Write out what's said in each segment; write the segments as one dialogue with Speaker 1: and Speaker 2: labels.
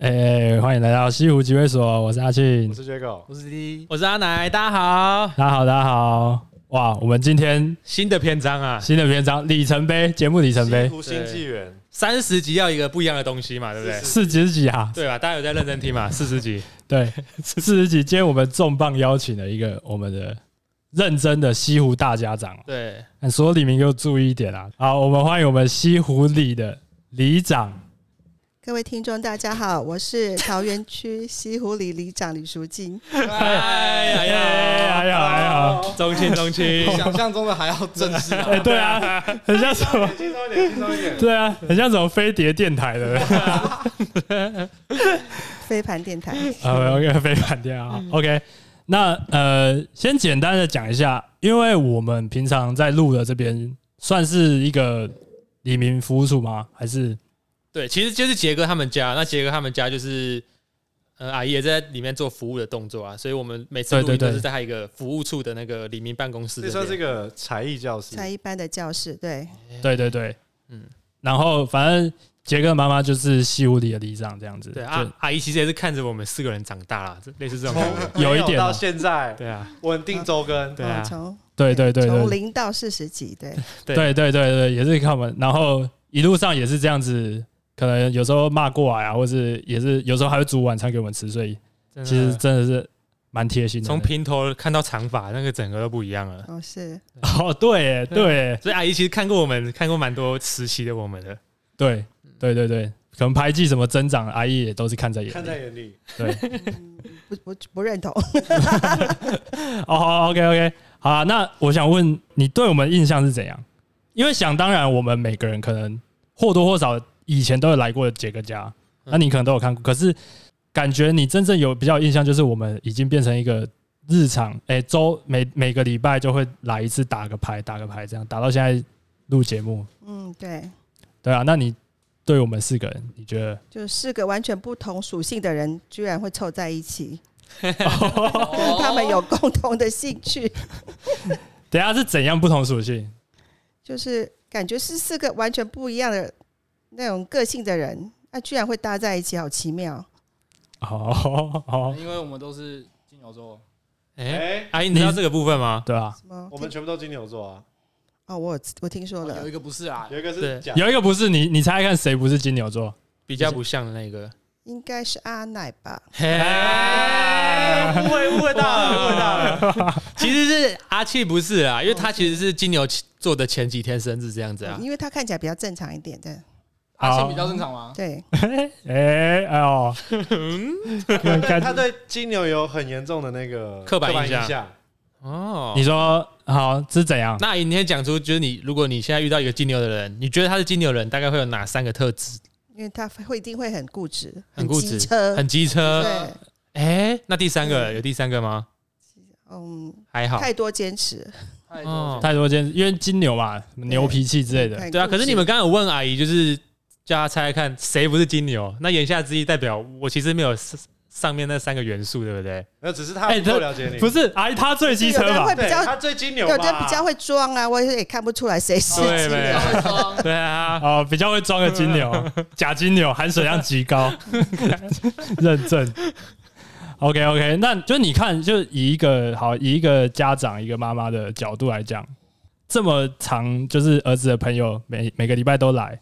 Speaker 1: 哎、欢迎来到西湖集会所，我是阿庆
Speaker 2: 我，是 Jago，我是
Speaker 3: 我是阿奶，大家好。
Speaker 1: 大家好，大家好。哇，我们今天
Speaker 3: 新的篇章啊，
Speaker 1: 新的篇章里程碑节目里程碑
Speaker 3: 哎
Speaker 2: 西湖新纪元，
Speaker 3: 三十集要一个不一样的东西嘛，对不对？
Speaker 1: 四十几啊，
Speaker 3: 对吧？大家有在认真听嘛？四十集，
Speaker 1: 对，四十几。今天我们重磅邀请了一个我们的认真的西湖大家长，
Speaker 3: 对，
Speaker 1: 但所有李明给我注意一点啊。好，我们欢迎我们西湖里的里长，
Speaker 4: 各位听众，大家好，我是桃园区西湖里里长李淑金。
Speaker 3: 哎呀
Speaker 1: 哎
Speaker 3: 呀
Speaker 1: 呀哎呀，
Speaker 3: 中青中青，
Speaker 5: 想象中的还要正式、啊。
Speaker 1: 哎、对啊，很像什么？
Speaker 2: 轻松一点，轻松一点。
Speaker 1: 对啊，很像什么飞碟电台的。
Speaker 4: 飞盘电台。
Speaker 1: 呃，OK，非反调啊。OK，那呃，先简单的讲一下，因为我们平常在录的这边算是一个李明服务处吗？还是
Speaker 3: 对，其实就是杰哥他们家，那杰哥他们家就是。呃，阿姨也在里面做服务的动作啊，所以我们每次
Speaker 1: 对
Speaker 3: 录音
Speaker 1: 对
Speaker 3: 都
Speaker 1: 对
Speaker 3: 是在他一个服务处的那个李明办公室
Speaker 2: 这
Speaker 3: 这
Speaker 2: 算是一
Speaker 3: 边。
Speaker 2: 个才艺教室，
Speaker 4: 才一般的教室，对，
Speaker 1: 对对对，嗯
Speaker 3: 嗯。
Speaker 1: 然后反正杰哥妈妈就是西湖里的里长这样子，
Speaker 3: 对啊，阿姨其实也是看着我们四个人长大啦，这类似这种
Speaker 2: 从
Speaker 3: 感觉。
Speaker 1: 有一
Speaker 2: 没
Speaker 1: 点啊
Speaker 2: 到现在
Speaker 3: 对啊，
Speaker 2: 稳定周更，
Speaker 3: 对啊
Speaker 4: 嗯从
Speaker 1: 对对对对
Speaker 4: 从
Speaker 1: 对
Speaker 4: 零到四十几，对，
Speaker 1: 对对对对，也是看我们，然后一路上也是这样子。可能有时候骂过来啊，或是也是有时候还会煮晚餐给我们吃，所以
Speaker 3: 真的
Speaker 1: 其实真的是蛮贴心的。
Speaker 3: 嗯从平头看到长发，那个整个都不一样了。
Speaker 4: 哦是，
Speaker 1: 哦，对耶对耶，
Speaker 3: 所以阿姨其实看过我们，看过蛮多时期的我们的。
Speaker 1: 对
Speaker 2: 嗯
Speaker 1: 对对对，可能拍戏什么增长，阿姨也都是看在眼
Speaker 2: 看
Speaker 1: 里
Speaker 2: 在。眼里。
Speaker 4: 嗯不不不认同。
Speaker 1: 哦，好，OK OK，好啊、那我想问你对我们印象是怎样？因为想当然，我们每个人可能或多或少以前都有来过杰哥家，
Speaker 2: 嗯
Speaker 1: 那你可能都有看过，可是感觉你真正有比较有印象，就是我们已经变成一个日常，哎、周每每个礼拜就会来一次打个牌，打个牌这样，打到现在录节目，
Speaker 4: 嗯，对，
Speaker 1: 对啊，那你对我们四个人，你 觉得？
Speaker 4: 就四个完全不同属性的人，居然会凑在一起，
Speaker 1: 哦
Speaker 4: 跟 他们有共同的兴趣，
Speaker 1: 等一下是怎样不同属性？
Speaker 4: 就是感觉是四个完全不一样的那种个性的人，那居然会搭在一起，好奇妙。
Speaker 1: 哦哦，
Speaker 5: 因为我们都是金牛座，
Speaker 3: 哎，
Speaker 2: 哎，
Speaker 3: 阿姨，你知道这个部分吗？
Speaker 1: 对啊，
Speaker 4: 什么？
Speaker 2: 我们全部都金牛座啊，
Speaker 4: 哦，我有我听说了
Speaker 5: 有一，个不是啊，
Speaker 2: 有一个是
Speaker 3: 对
Speaker 2: 假，
Speaker 1: 有一个不是你，你猜猜看谁不是金牛座？
Speaker 3: 比较不像的那个。
Speaker 4: 应该是阿奶吧？
Speaker 3: 哎，误会误会 到了，误会
Speaker 2: 到
Speaker 3: 了。其实是阿气不是啊，因为他其实是金牛座的前几天生日这样子啊
Speaker 4: 嗯。因为他看起来比较正常一点的，
Speaker 5: 阿
Speaker 1: 好
Speaker 5: 啊信比较正常
Speaker 3: 哦
Speaker 5: 吗？
Speaker 4: 对，
Speaker 1: 哎哎呦，
Speaker 2: 他
Speaker 1: 看
Speaker 2: 他
Speaker 1: 看
Speaker 2: 对金牛有很严重的那个
Speaker 3: 刻板印象
Speaker 2: 印象，
Speaker 3: 哦，
Speaker 1: 你说好是怎样？
Speaker 3: 那阿姨你先讲出，就是你如果你现在遇到一个金牛的人，你觉得他是金牛人，大概会有哪三个特质？
Speaker 4: 因为他会一定会很固执，
Speaker 3: 很固执
Speaker 4: 机车，
Speaker 3: 很呃机车。
Speaker 4: 对，
Speaker 3: 哎，那第三个有第三个吗？
Speaker 4: 嗯，
Speaker 3: 还好。
Speaker 4: 太多坚持，
Speaker 5: 太
Speaker 3: 哦
Speaker 5: 多
Speaker 1: 太多见，因为金牛嘛，什么牛脾气之类的。
Speaker 4: 很
Speaker 3: 对啊，
Speaker 4: 固执
Speaker 3: 可是你们刚刚有问阿姨，就是叫她猜猜看谁不是金牛？那言下之意代表我其实没有上上面那三个元素，对不对？
Speaker 2: 那只是他
Speaker 1: 哎
Speaker 2: 不够
Speaker 1: 他
Speaker 2: 了解你，
Speaker 1: 不是，阿姨她最机车
Speaker 4: 有的人
Speaker 1: 吧
Speaker 4: 会？比
Speaker 2: 对，
Speaker 4: 较
Speaker 2: 他最金牛
Speaker 4: 有
Speaker 2: 吧，
Speaker 4: 的比较会装啊，我也看不出来谁是金
Speaker 3: 哦对
Speaker 4: 牛。
Speaker 3: 呗，
Speaker 5: 会装
Speaker 3: 对啊，
Speaker 1: 哦，比较会装的金牛，假金牛，含水量极高，认证。OK OK，那就你看，就以一个好以一个家长一个妈妈的角度来讲，这么长就是儿子的朋友每每个礼拜都来，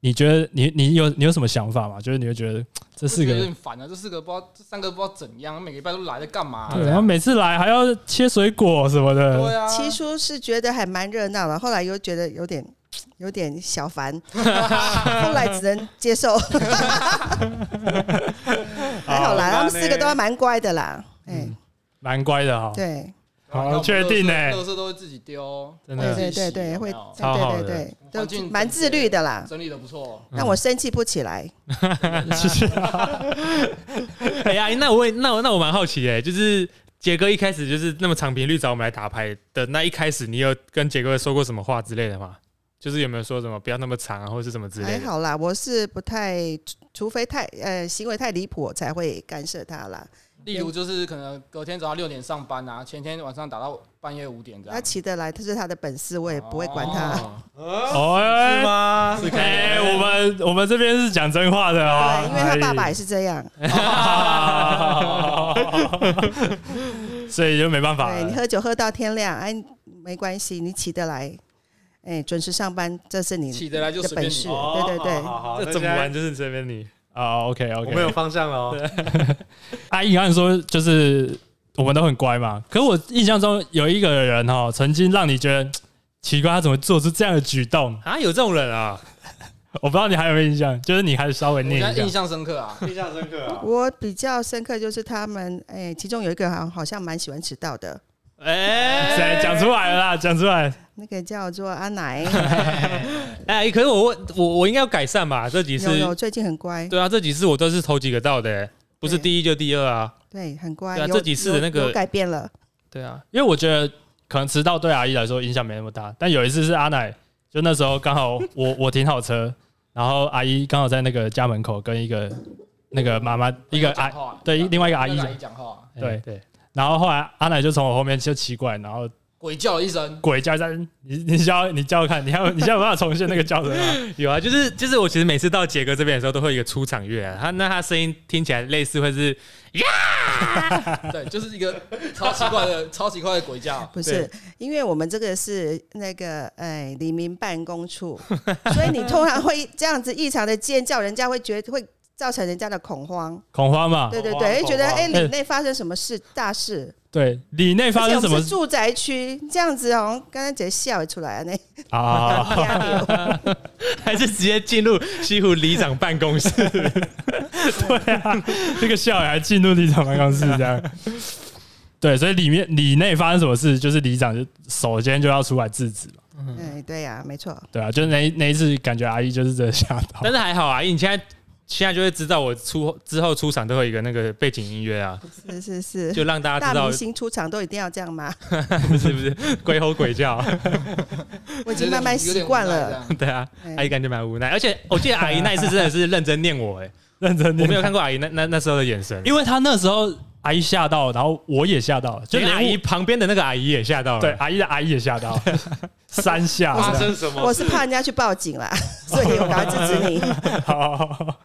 Speaker 1: 你觉得你你有你有什么想法吗？就是你会觉得这四个
Speaker 5: 我觉得有点烦啊，这四个不知道，这三个不知道怎样，每个礼拜都来在干嘛啊？
Speaker 1: 对，然后每次来还要切水果什么的，
Speaker 5: 对啊，
Speaker 4: 起初是觉得还蛮热闹的，后来又觉得有点有点 小烦，后来只能接受。还好啦，他们四个都还蛮乖的啦。哎，
Speaker 3: 嗯
Speaker 1: 蛮乖的哈。
Speaker 4: 对
Speaker 1: 好，确定欸呢、
Speaker 5: 垃圾都会自己丢，
Speaker 3: 真
Speaker 4: 对
Speaker 3: 的哦
Speaker 4: 对对对，
Speaker 5: 有没
Speaker 4: 会
Speaker 5: 有
Speaker 3: 超好
Speaker 4: 对对对
Speaker 5: 环
Speaker 4: 对，都
Speaker 5: 境
Speaker 4: 蛮自律的啦，
Speaker 5: 整理的不错，
Speaker 3: 嗯
Speaker 4: 让我生气不起来。
Speaker 3: 哎呀，那我问那我那我蛮好奇哎、就是杰哥一开始就是那么长频率找我们来打牌的，那一开始你有跟杰哥说过什么话之类的吗？就是有没有说什么不要那么长啊，或是什么之类
Speaker 4: 还
Speaker 3: 的？
Speaker 4: 好啦，我是不太，除除非太呃行为太离谱，我才会干涉他啦。
Speaker 5: 例如就是可能隔天早上六点上班啊，前天晚上打到半夜五
Speaker 3: 啊
Speaker 5: 点这
Speaker 4: 他
Speaker 5: 样。
Speaker 4: 起得来，他是他的本事，我也不会管他。
Speaker 5: 哦
Speaker 2: 嗯
Speaker 1: 哦，
Speaker 3: 是
Speaker 1: 哎
Speaker 3: 吗？
Speaker 1: 哎，我们我们这边是讲真话的哎啊，
Speaker 4: 对，因为他爸爸也是这样，
Speaker 1: 哎，所以就没办法
Speaker 4: 对你
Speaker 1: 了。
Speaker 4: 喝酒喝到天亮，哎，没关系，你起得来，哎，准时上班，这是你
Speaker 5: 起得来就
Speaker 4: 的
Speaker 5: 随便
Speaker 4: 本
Speaker 5: 你
Speaker 4: 事，
Speaker 5: 哦
Speaker 2: 哦
Speaker 4: 对对对
Speaker 2: 好好好，
Speaker 3: 这
Speaker 2: 那
Speaker 3: 怎么
Speaker 2: 现在
Speaker 3: 玩？就是这边你
Speaker 1: 啊，OK
Speaker 2: 我
Speaker 1: OK，
Speaker 2: 们有方向了哦。
Speaker 1: 阿姨刚才说就是我们都很乖嘛，可我印象中有一个人哦，曾经让你觉得嗯奇怪，他怎么做出这样的举动？
Speaker 3: 啊，有这种人啊？
Speaker 1: 我不知道你还有没有印象，就是你还稍微
Speaker 5: 我现
Speaker 1: 念
Speaker 5: 在
Speaker 1: 一
Speaker 5: 印
Speaker 1: 下。
Speaker 5: 象深刻啊，
Speaker 2: 印象深刻啊！
Speaker 4: 我比较深刻就是他们，哎，其中有一个好像好像蛮喜欢迟到的，
Speaker 3: 哎，
Speaker 1: 谁讲出来了啦？讲出来，
Speaker 4: 那个叫做 阿奶，
Speaker 3: 哎，可是我问我我应该要改善吧？这几次
Speaker 4: 有有最近很乖，
Speaker 3: 对啊，这几次我都是头几个到的、欸不是
Speaker 4: 对
Speaker 3: 第一就第二啊。
Speaker 4: 对，很乖。
Speaker 3: 对啊
Speaker 4: 有
Speaker 3: 这几次的那个
Speaker 4: 有有改变了，
Speaker 3: 对啊，
Speaker 1: 因为我觉得可能迟到对阿姨来说影响没那么大，但有一次是阿奶，就那时候刚好我我停好车，然后阿姨刚好在那个家门口跟一个那个妈妈一个
Speaker 5: 讲
Speaker 1: 阿
Speaker 5: 话
Speaker 1: 对另外一个阿姨
Speaker 5: 那
Speaker 1: 讲
Speaker 5: 阿姨讲话，
Speaker 1: 对
Speaker 3: 哎对，
Speaker 1: 然后后来阿奶就从我后面就奇怪，然后
Speaker 5: 鬼叫了一声，
Speaker 1: 鬼叫一声，你你叫你叫看，你还有你现在有办法重现那个叫声 吗？
Speaker 3: 有啊，就是就是我其实每次到杰哥这边的时候，都会有一个出场乐、啊，他那他声音听起来类似会是
Speaker 5: 对，就是一个超奇怪的超奇怪的鬼叫。
Speaker 4: 不是因为我们这个是那个哎黎明办公处， 所以你通常会这样子异常的尖叫，人家会觉会造成人家的恐慌，
Speaker 1: 啊恐慌嘛，
Speaker 4: 对对
Speaker 2: 恐
Speaker 4: 对，
Speaker 2: 慌
Speaker 4: 会觉得
Speaker 2: 恐
Speaker 4: 哎
Speaker 1: 慌
Speaker 4: 里内发生什么事大事，
Speaker 1: 对，里内发
Speaker 4: 而且
Speaker 1: 生
Speaker 4: 我
Speaker 1: 什
Speaker 4: 们
Speaker 1: 么
Speaker 4: 是住宅区这样子，好像刚才姐笑也出来了呢。 哦
Speaker 1: 啊？
Speaker 3: 还是直接进入西湖里长办公室？
Speaker 1: 对啊，这个笑也还进入里长办公室这样。对，所以里面里内发生什么事，就是里长就首先就要出来制止嘛，
Speaker 4: 哎，对呀、没错，
Speaker 1: 对啊，就是那一那一次感觉阿姨就是真的吓到，
Speaker 3: 但是还好啊，你现在现在就会知道我出之后出场都会有一个那个背景音乐啊，
Speaker 4: 是是是，
Speaker 3: 就让大家
Speaker 4: 大
Speaker 3: 知道
Speaker 4: 明星出场都一定要这样吗？
Speaker 3: 不是不是鬼吼鬼叫。啊
Speaker 4: 我已经慢慢习惯
Speaker 5: 有点无
Speaker 4: 了。
Speaker 5: 奈这样。
Speaker 3: 对啊，
Speaker 4: 哎
Speaker 3: 阿姨感觉蛮无奈，而且我记得阿姨那一次真的是认真念我、哎，
Speaker 1: 认真
Speaker 3: 我没有
Speaker 1: 看，
Speaker 3: 看过阿姨那那那时候的眼神。
Speaker 1: 因为她那时候阿姨吓到，然后我也吓到，就
Speaker 3: 就
Speaker 1: 连
Speaker 3: 阿姨
Speaker 1: 我
Speaker 3: 旁边的那个阿姨也吓到了，
Speaker 1: 对阿姨的阿姨也吓到，三下
Speaker 2: 发
Speaker 1: 这样
Speaker 2: 生什么
Speaker 4: 我
Speaker 2: 事？
Speaker 4: 是怕人家去报警啦， 所以我赶快制止你。
Speaker 1: 好好好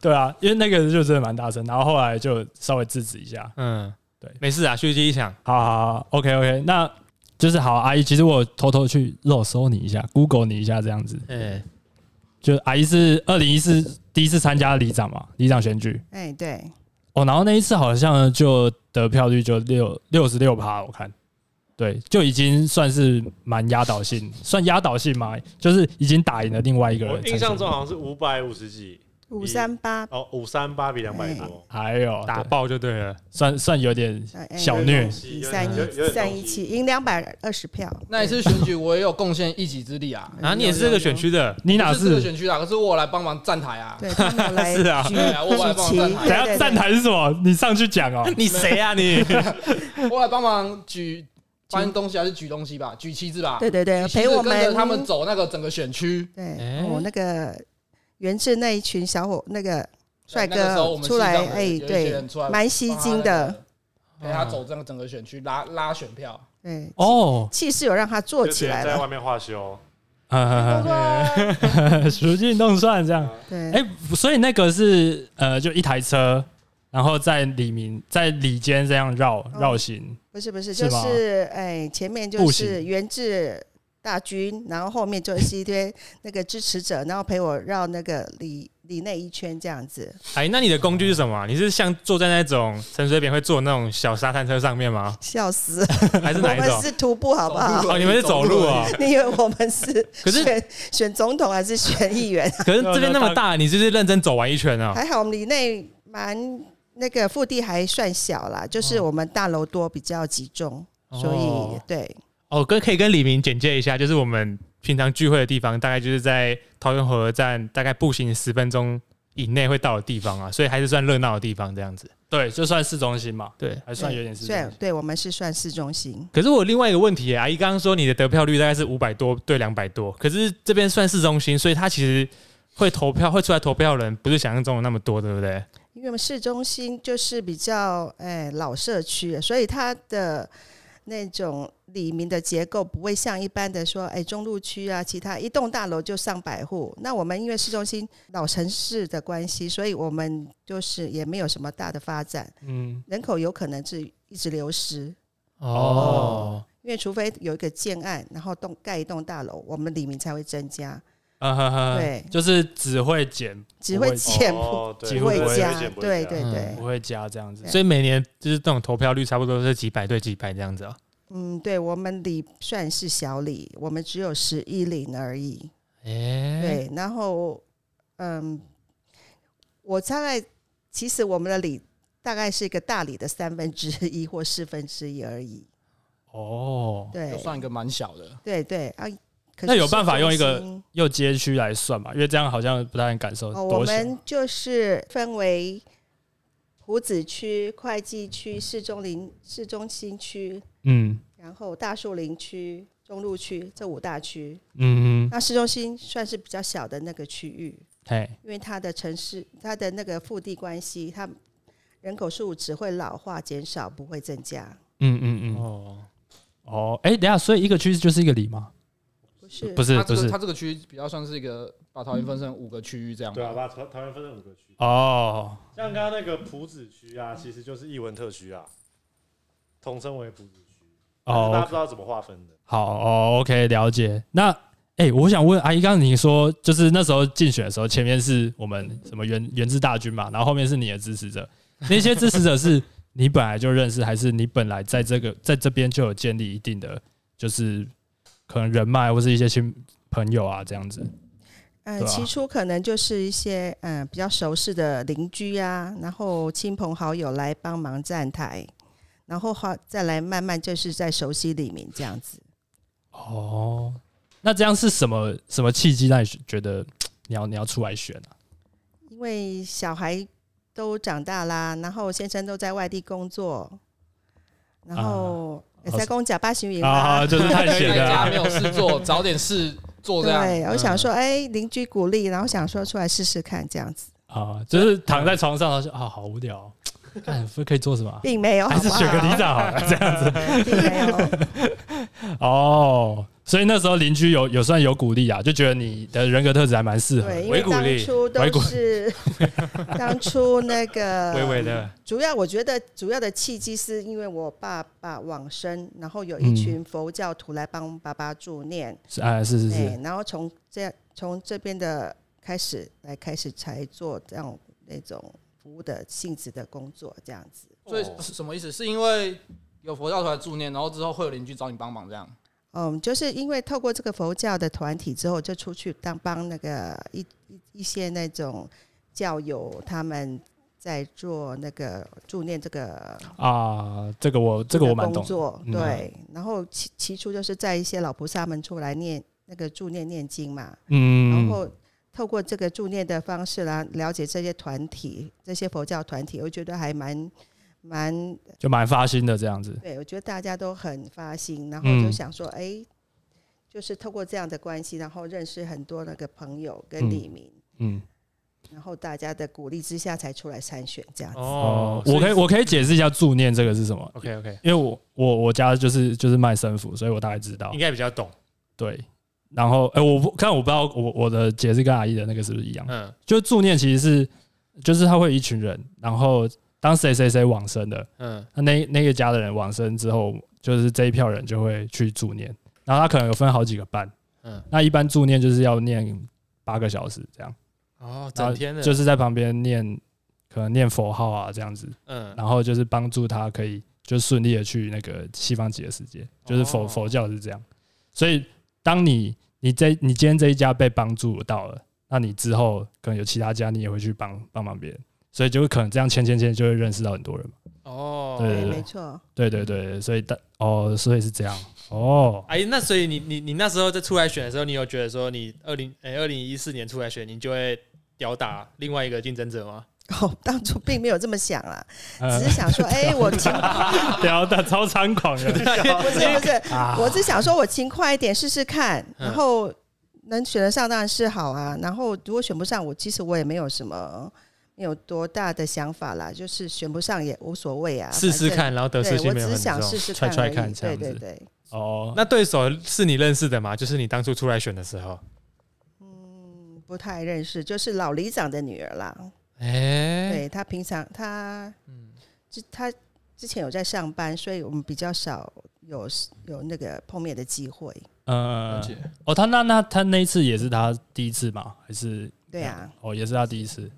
Speaker 1: 对啊，因为那个就真的蛮大声，然后后来就稍微制止一下，
Speaker 3: 嗯，
Speaker 1: 对
Speaker 3: 没事啊，虚惊一场。
Speaker 1: 好好好，OK OK，那就是好阿姨。其实我有偷偷去肉搜你一下，Google 你一下，这样子。
Speaker 3: 哎，
Speaker 1: 就阿姨是二零一四第一次参加里长嘛，里长选举
Speaker 4: 哎，对，
Speaker 1: 哦，然后那一次好像就得票率就六六十六趴，我看，对，就已经算是蛮压倒性，算压倒性嘛，就是已经打赢了另外一个
Speaker 2: 我
Speaker 1: 人。
Speaker 2: 印象中，好像是五百五十几，
Speaker 4: 五三八，
Speaker 2: 哦，五三八比两百多，
Speaker 1: 哎呦，
Speaker 3: 打
Speaker 1: 对
Speaker 3: 爆就对了。
Speaker 1: 算算有点
Speaker 4: 哎
Speaker 1: 小虐
Speaker 4: 一三
Speaker 2: 有有有
Speaker 4: 一
Speaker 2: 点
Speaker 4: 三
Speaker 2: 东
Speaker 4: 一
Speaker 2: 西
Speaker 4: 七，赢两百二十票。
Speaker 5: 那一次选举我也有贡献一己之 力啊，
Speaker 4: 嗯
Speaker 3: 啊，你也是这个选区的，
Speaker 1: 你哪
Speaker 5: 不是这个
Speaker 1: 是？
Speaker 5: 选区啊？可是我有来帮忙站台啊，
Speaker 4: 对，他们有来
Speaker 3: 是啊
Speaker 4: 举
Speaker 5: 对啊我来
Speaker 4: 举
Speaker 5: 帮
Speaker 4: 旗，
Speaker 5: 我站
Speaker 1: 等
Speaker 5: 台
Speaker 1: 下
Speaker 4: 对对
Speaker 1: 站
Speaker 4: 对，
Speaker 1: 台是什么？你上去讲哦。
Speaker 3: 你谁啊你？
Speaker 5: 我来帮忙举搬东西还是举东西吧，举旗子吧，
Speaker 4: 对对对，
Speaker 5: 举旗
Speaker 4: 陪
Speaker 5: 子
Speaker 4: 我
Speaker 5: 跟着
Speaker 4: 们
Speaker 5: 他们。走那个整个选区。
Speaker 4: 对
Speaker 3: 哎，
Speaker 4: 我那个原治那一群小伙，那个帅
Speaker 5: 那个时候
Speaker 4: 哥
Speaker 5: 我们
Speaker 4: 出来，
Speaker 5: 西藏的有
Speaker 4: 哎，
Speaker 5: 一些
Speaker 4: 对
Speaker 5: 人出来，
Speaker 4: 蛮吸睛的，
Speaker 5: 陪他走整个整个选区拉拉选票。
Speaker 4: 对，
Speaker 1: 哦，
Speaker 4: 气势有让他
Speaker 2: 就
Speaker 4: 做起
Speaker 2: 直接
Speaker 4: 来
Speaker 2: 在
Speaker 4: 了。
Speaker 2: 外面画修，
Speaker 1: 嗯，熟进动算这样。
Speaker 4: 对，
Speaker 1: 哎、所以那个是呃，就一台车，然后在里面在里间这样绕绕行。
Speaker 4: 不是不是，
Speaker 1: 是
Speaker 4: 就
Speaker 1: 吗
Speaker 4: 是哎，前面就
Speaker 1: 步
Speaker 4: 是
Speaker 1: 行
Speaker 4: 原治大军，然后后面就是一堆那个支持者， 然后陪我绕那个里里内一圈这样子。？
Speaker 3: 哎，那你的工具是什么啊？你是像坐在那种陈水扁会坐的那种小沙滩车上面吗
Speaker 4: 笑死，
Speaker 3: 还是
Speaker 4: 我
Speaker 3: 哪一
Speaker 4: 们
Speaker 3: 种？
Speaker 4: 是徒步好不
Speaker 5: 走
Speaker 4: 好
Speaker 5: 路？
Speaker 3: 哦，你们是走路啊？
Speaker 4: 你以为我们是
Speaker 3: 可 是
Speaker 4: 选选总统还是选议员？
Speaker 3: 可是这边那么大，你就是认真走完一圈啊？
Speaker 4: 还好我们里内蛮那个腹地还算小啦，
Speaker 1: 哦
Speaker 4: 就是我们大楼多比较集中，所以
Speaker 3: 哦
Speaker 4: 对
Speaker 3: 哦，跟可以跟李明简介一下，就是我们平常聚会的地方，大概就是在桃园火车站，大概步行十分钟以内会到的地方啊，所以还是算热闹的地方这样子。
Speaker 1: 对，就算市中心嘛，
Speaker 3: 对，
Speaker 1: 还算有点市
Speaker 4: 虽
Speaker 1: 中
Speaker 4: 然
Speaker 1: 心。
Speaker 4: 对我们是算市中心，
Speaker 3: 可是我另外一个问题、阿姨刚刚说你的得票率大概是五百多对两百多，可是这边算市中心，所以他其实会投票会出来投票的人不是想象中的那么多，对不对？
Speaker 4: 因为我们市中心就是比较哎老社区，所以它的那种里面的结构不会像一般的说哎中路区啊，其他一栋大楼就上百户。那我们因为市中心老城市的关系，所以我们就是也没有什么大的发展，
Speaker 1: 嗯，
Speaker 4: 人口有可能是一直流失。
Speaker 3: 哦，
Speaker 4: 因为除非有一个建案，然后栋盖一栋大楼，我们里面才会增加，
Speaker 1: 啊哈哈，
Speaker 4: 对
Speaker 1: 就是只会减，
Speaker 4: 只
Speaker 1: 不会
Speaker 4: 会减不
Speaker 2: 哦对
Speaker 1: 几
Speaker 4: 不
Speaker 1: 乎
Speaker 4: 会
Speaker 1: 不会
Speaker 4: 加，
Speaker 2: 减不会
Speaker 4: 对
Speaker 2: 加
Speaker 4: 对
Speaker 3: 嗯
Speaker 4: 对
Speaker 1: 不，会加这样子。
Speaker 3: 所以每年就是这种投票率差不多是几百对几百这样子啊。
Speaker 4: 嗯，对我们里算是小里，我们只有十一里而已，
Speaker 3: 哎，
Speaker 4: 对，然后嗯，我大概其实我们的里大概是一个大里的三分之一或四分之一而已，
Speaker 1: 哦，
Speaker 4: 对
Speaker 5: 就算一个蛮小的，
Speaker 4: 对对啊，可
Speaker 1: 那
Speaker 4: 是
Speaker 1: 有
Speaker 4: 市
Speaker 1: 办法
Speaker 4: 中
Speaker 1: 用一个
Speaker 4: 心
Speaker 1: 用街区来算吧，因为这样好像不太能感受
Speaker 4: 哦，我
Speaker 1: 多小。
Speaker 4: 们就是分为埔子区、会计区、市中林、市中心区，
Speaker 1: 嗯
Speaker 4: 然后大树林区、中路区这五大区。
Speaker 1: 嗯嗯，
Speaker 4: 那市中心算是比较小的那个区域，
Speaker 1: 嘿，
Speaker 4: 因为它的城市、它的那个腹地关系，它人口数只会老化减少，不会增加。
Speaker 1: 嗯嗯嗯，
Speaker 3: 哦，
Speaker 1: 哦，哎，等一下，所以一个区就是一个里吗？
Speaker 4: 不是，
Speaker 1: 不是
Speaker 5: 它
Speaker 1: 不
Speaker 5: 这
Speaker 1: 是
Speaker 5: 个它这个区比较算是一个把桃园分成五个区域这样吧。
Speaker 2: 对啊，把台台湾分成五个区，
Speaker 1: 哦，
Speaker 2: 像刚刚那个埔子区啊，其实就是艺文特区啊，统称为埔子区。但是大家
Speaker 1: 哦
Speaker 2: 不，知道怎么划分的。
Speaker 1: 好哦，OK，了解。那哎、我想问阿姨，刚刚你说就是那时候竞选的时候，前面是我们什么原原治大军嘛，然后后面是你的支持者，那些支持者是你本来就认识，还是你本来在这个在这边就有建立一定的就是可能人脉或是一些亲朋友啊这样子？
Speaker 4: 嗯、
Speaker 1: 对啊
Speaker 4: 起初可能就是一些嗯、呃比较熟识的邻居啊，然后亲朋好友来帮忙站台，然后好再来慢慢就是在熟悉里面这样子。
Speaker 1: 哦，那这样是什么什么契机让你觉得你要你要出来选啊？
Speaker 4: 因为小孩都长大啦，然后先生都在外地工作，然后也在公假八旬营
Speaker 1: 啊，
Speaker 4: 啊。
Speaker 1: 就是太闲
Speaker 5: 在
Speaker 1: 了
Speaker 5: 家
Speaker 1: 啊、
Speaker 5: 没有事做，找点事做这样。
Speaker 4: 对，我
Speaker 1: 嗯
Speaker 4: 想说，哎、邻居鼓励，然后想说出来试试看，这样子，
Speaker 1: 啊，就是躺在床上，然后就啊，好无聊哦、看可以做什么啊、
Speaker 4: 并 没有，
Speaker 1: 还是
Speaker 4: 好不
Speaker 1: 选个
Speaker 4: 好
Speaker 1: 里长好了，这样子。
Speaker 4: 并没 有，
Speaker 1: 哦，所以那时候邻居有有算有鼓励啊，就觉得你的人格特质还蛮适合
Speaker 4: 对，因
Speaker 3: 维
Speaker 4: 为
Speaker 3: 骨力
Speaker 4: 当初
Speaker 1: 维
Speaker 4: 都
Speaker 1: 骨
Speaker 4: 是当初那个
Speaker 3: 微微的，
Speaker 4: 主要我觉得主要的契机是因为我爸爸往生，然后有一
Speaker 1: 嗯
Speaker 4: 群佛教徒来帮爸爸助念，
Speaker 1: 是啊，是是是，
Speaker 4: 对，然后从这从这边的开始来开始才做这样那种服务的性质的工作，这样子。
Speaker 5: 所以
Speaker 2: 哦
Speaker 5: 是什么意思？是因为有佛教徒来助念，然后之后会有邻居找你帮忙这样。
Speaker 4: 嗯，就是因为透过这个佛教的团体之后，就出去当帮那个一一一些那种教友他们在做那个助念这个
Speaker 1: 啊，这个我这个我蛮懂
Speaker 4: 工，作
Speaker 1: 嗯
Speaker 4: 对，然后起起初就是在一些老菩萨们出来念那个助念念经嘛，然
Speaker 1: 嗯，
Speaker 4: 后透过这个助念的方式来了解这些团体，这些佛教团体，我觉得还蛮蛮
Speaker 1: 就蛮发心的这样子，
Speaker 4: 对，我觉得大家都很发心，然后就
Speaker 1: 嗯
Speaker 4: 想说，哎、就是透过这样的关系，然后认识很多那个朋友
Speaker 1: 嗯
Speaker 4: 跟李明，
Speaker 1: 嗯，
Speaker 4: 然后大家的鼓励之下才出来参选这样子。
Speaker 1: 哦
Speaker 3: 哦，，
Speaker 1: 我可以我可以解释一下助念这个是什么，
Speaker 3: OK OK，
Speaker 1: 因为我我我家就是就是卖身符，所以我大概知道
Speaker 3: 应，该比较懂。
Speaker 1: 对。然后，哎、我不看，我不知道我我的解释跟阿姨的那个是不是一样？
Speaker 3: 嗯，
Speaker 1: 就助念其实是，就是他会有一群人，然后当谁谁谁往生的，
Speaker 3: 嗯，
Speaker 1: 那那那个家的人往生之后，就是这一票人就会去助念，然后他可能有分好几个班，嗯
Speaker 3: 嗯，
Speaker 1: 那一般助念就是要念八个小时这样，
Speaker 3: 哦，
Speaker 1: 然后
Speaker 3: 整天的，
Speaker 1: 就是在旁边念，可能念佛号啊这样子，
Speaker 3: 嗯，
Speaker 1: 然后就是帮助他可以就顺利的去那个西方极乐世界，就是佛、
Speaker 3: 哦
Speaker 1: 佛教是这样，所以当你你这你今天这一家被帮助到了，那你之后可能有其他家你也会去帮帮忙别人，所以就会可能这样牵牵牵就会认识到很多人嘛，
Speaker 3: 哦，
Speaker 1: 对对对
Speaker 4: 没错。
Speaker 1: 对对对，对所以但哦，所以是这样 哦。
Speaker 3: 哎，那所以你你你那时候在出来选的时候，你有觉得说你二零哎二零一四年出来选，你就会吊打另外一个竞争者吗？
Speaker 4: 哦，当初并没有这么想啦，
Speaker 1: 呃
Speaker 4: 只是想说， 哎、我勤，
Speaker 1: 屌的呃超猖狂的
Speaker 4: 不是不是，
Speaker 1: 啊！
Speaker 4: 我只想说我勤快一点试试看，
Speaker 3: 嗯
Speaker 4: 然后能选得上当然是好啊。然后如果选不上，我其实我也没有什么你有多大的想法啦，就是选不上也无所谓啊，
Speaker 3: 试试
Speaker 4: 反正。
Speaker 3: 看，然后得失
Speaker 4: 对，
Speaker 3: 心
Speaker 4: 我
Speaker 3: 没有
Speaker 4: 只
Speaker 3: 很
Speaker 4: 想
Speaker 3: 重
Speaker 4: 试。试
Speaker 1: 踹
Speaker 4: 看
Speaker 1: 踹
Speaker 4: 而已。
Speaker 1: 看这样
Speaker 4: 对对
Speaker 1: 子
Speaker 4: 对，
Speaker 1: 哦，
Speaker 3: 那对手是你认识的吗？就是你当初出来选的时候。
Speaker 4: 嗯不太认识，就是老里长的女儿啦。
Speaker 3: 哎，嗯
Speaker 4: 对她平常她，之她之前有在上班，所以我们比较少有有那个碰面的机会。
Speaker 1: 嗯
Speaker 5: 了，解。
Speaker 1: 哦，他那那他那一次也是他第一次嘛，还是
Speaker 4: 对啊，
Speaker 1: 哦，也是他第一次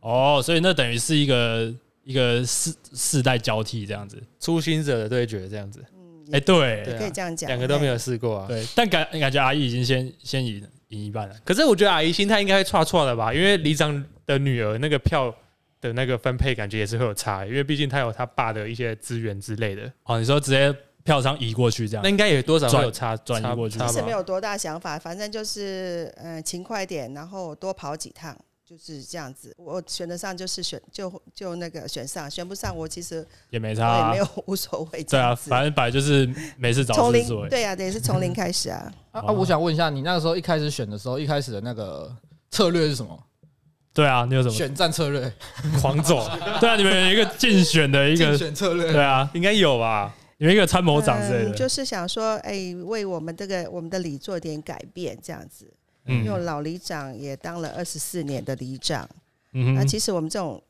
Speaker 1: 哦，所以那等于是一个一个世世代交替这样子。
Speaker 3: 初心者的对决这样子，
Speaker 4: 嗯，
Speaker 1: 哎、对
Speaker 3: 对啊
Speaker 4: 可以这样讲，
Speaker 3: 两个都没
Speaker 4: 有。
Speaker 3: 有试过啊。
Speaker 1: 对，但感感觉阿姨已经先先赢赢一半了。
Speaker 3: 可是我觉得阿姨心态应该会差错的吧，因为里长的女儿那个票的那个分配感觉也是会有差，因为毕竟她有她爸的一些资源之类的，
Speaker 1: 哦，你说直接票仓移过去这样
Speaker 3: 那，应该也多少会有差
Speaker 1: 啊转
Speaker 3: 差
Speaker 1: 移过去
Speaker 3: 差
Speaker 4: 其实没
Speaker 3: 吧。
Speaker 4: 有多大想法，反正就是嗯、呃勤快点，然后多跑几趟，就是这样子。我选得上就是选，就就那个选上，选不上我其实
Speaker 1: 也没
Speaker 4: 我
Speaker 1: 差、
Speaker 4: 哦也
Speaker 1: 啊
Speaker 4: 没。有 无所谓。这
Speaker 1: 对啊，
Speaker 4: 样子
Speaker 1: 反正本来就是没事找
Speaker 4: 从
Speaker 1: 事做
Speaker 4: 零，。对啊，对，是从零开始啊。
Speaker 5: 啊啊！
Speaker 1: 哦
Speaker 5: 我想问一下，你那个时候一开始选的时候，一开始的那个策略是什么？
Speaker 1: 对啊，你有什么
Speaker 5: 选战策略、
Speaker 1: 狂走？对啊，你们有一个竞选的一
Speaker 5: 竞
Speaker 1: 个，
Speaker 5: 选策略。
Speaker 1: 对啊，
Speaker 3: 应该有吧？
Speaker 1: 你们一个参谋长之类
Speaker 4: 嗯，
Speaker 1: 的。
Speaker 4: 就是想说，哎、为我们这个我们的里做点改变，这样子。因为我
Speaker 1: 嗯
Speaker 4: 老里长也当了二十四年的里长，
Speaker 1: 嗯
Speaker 4: 那
Speaker 1: 哼
Speaker 4: 其实我们这种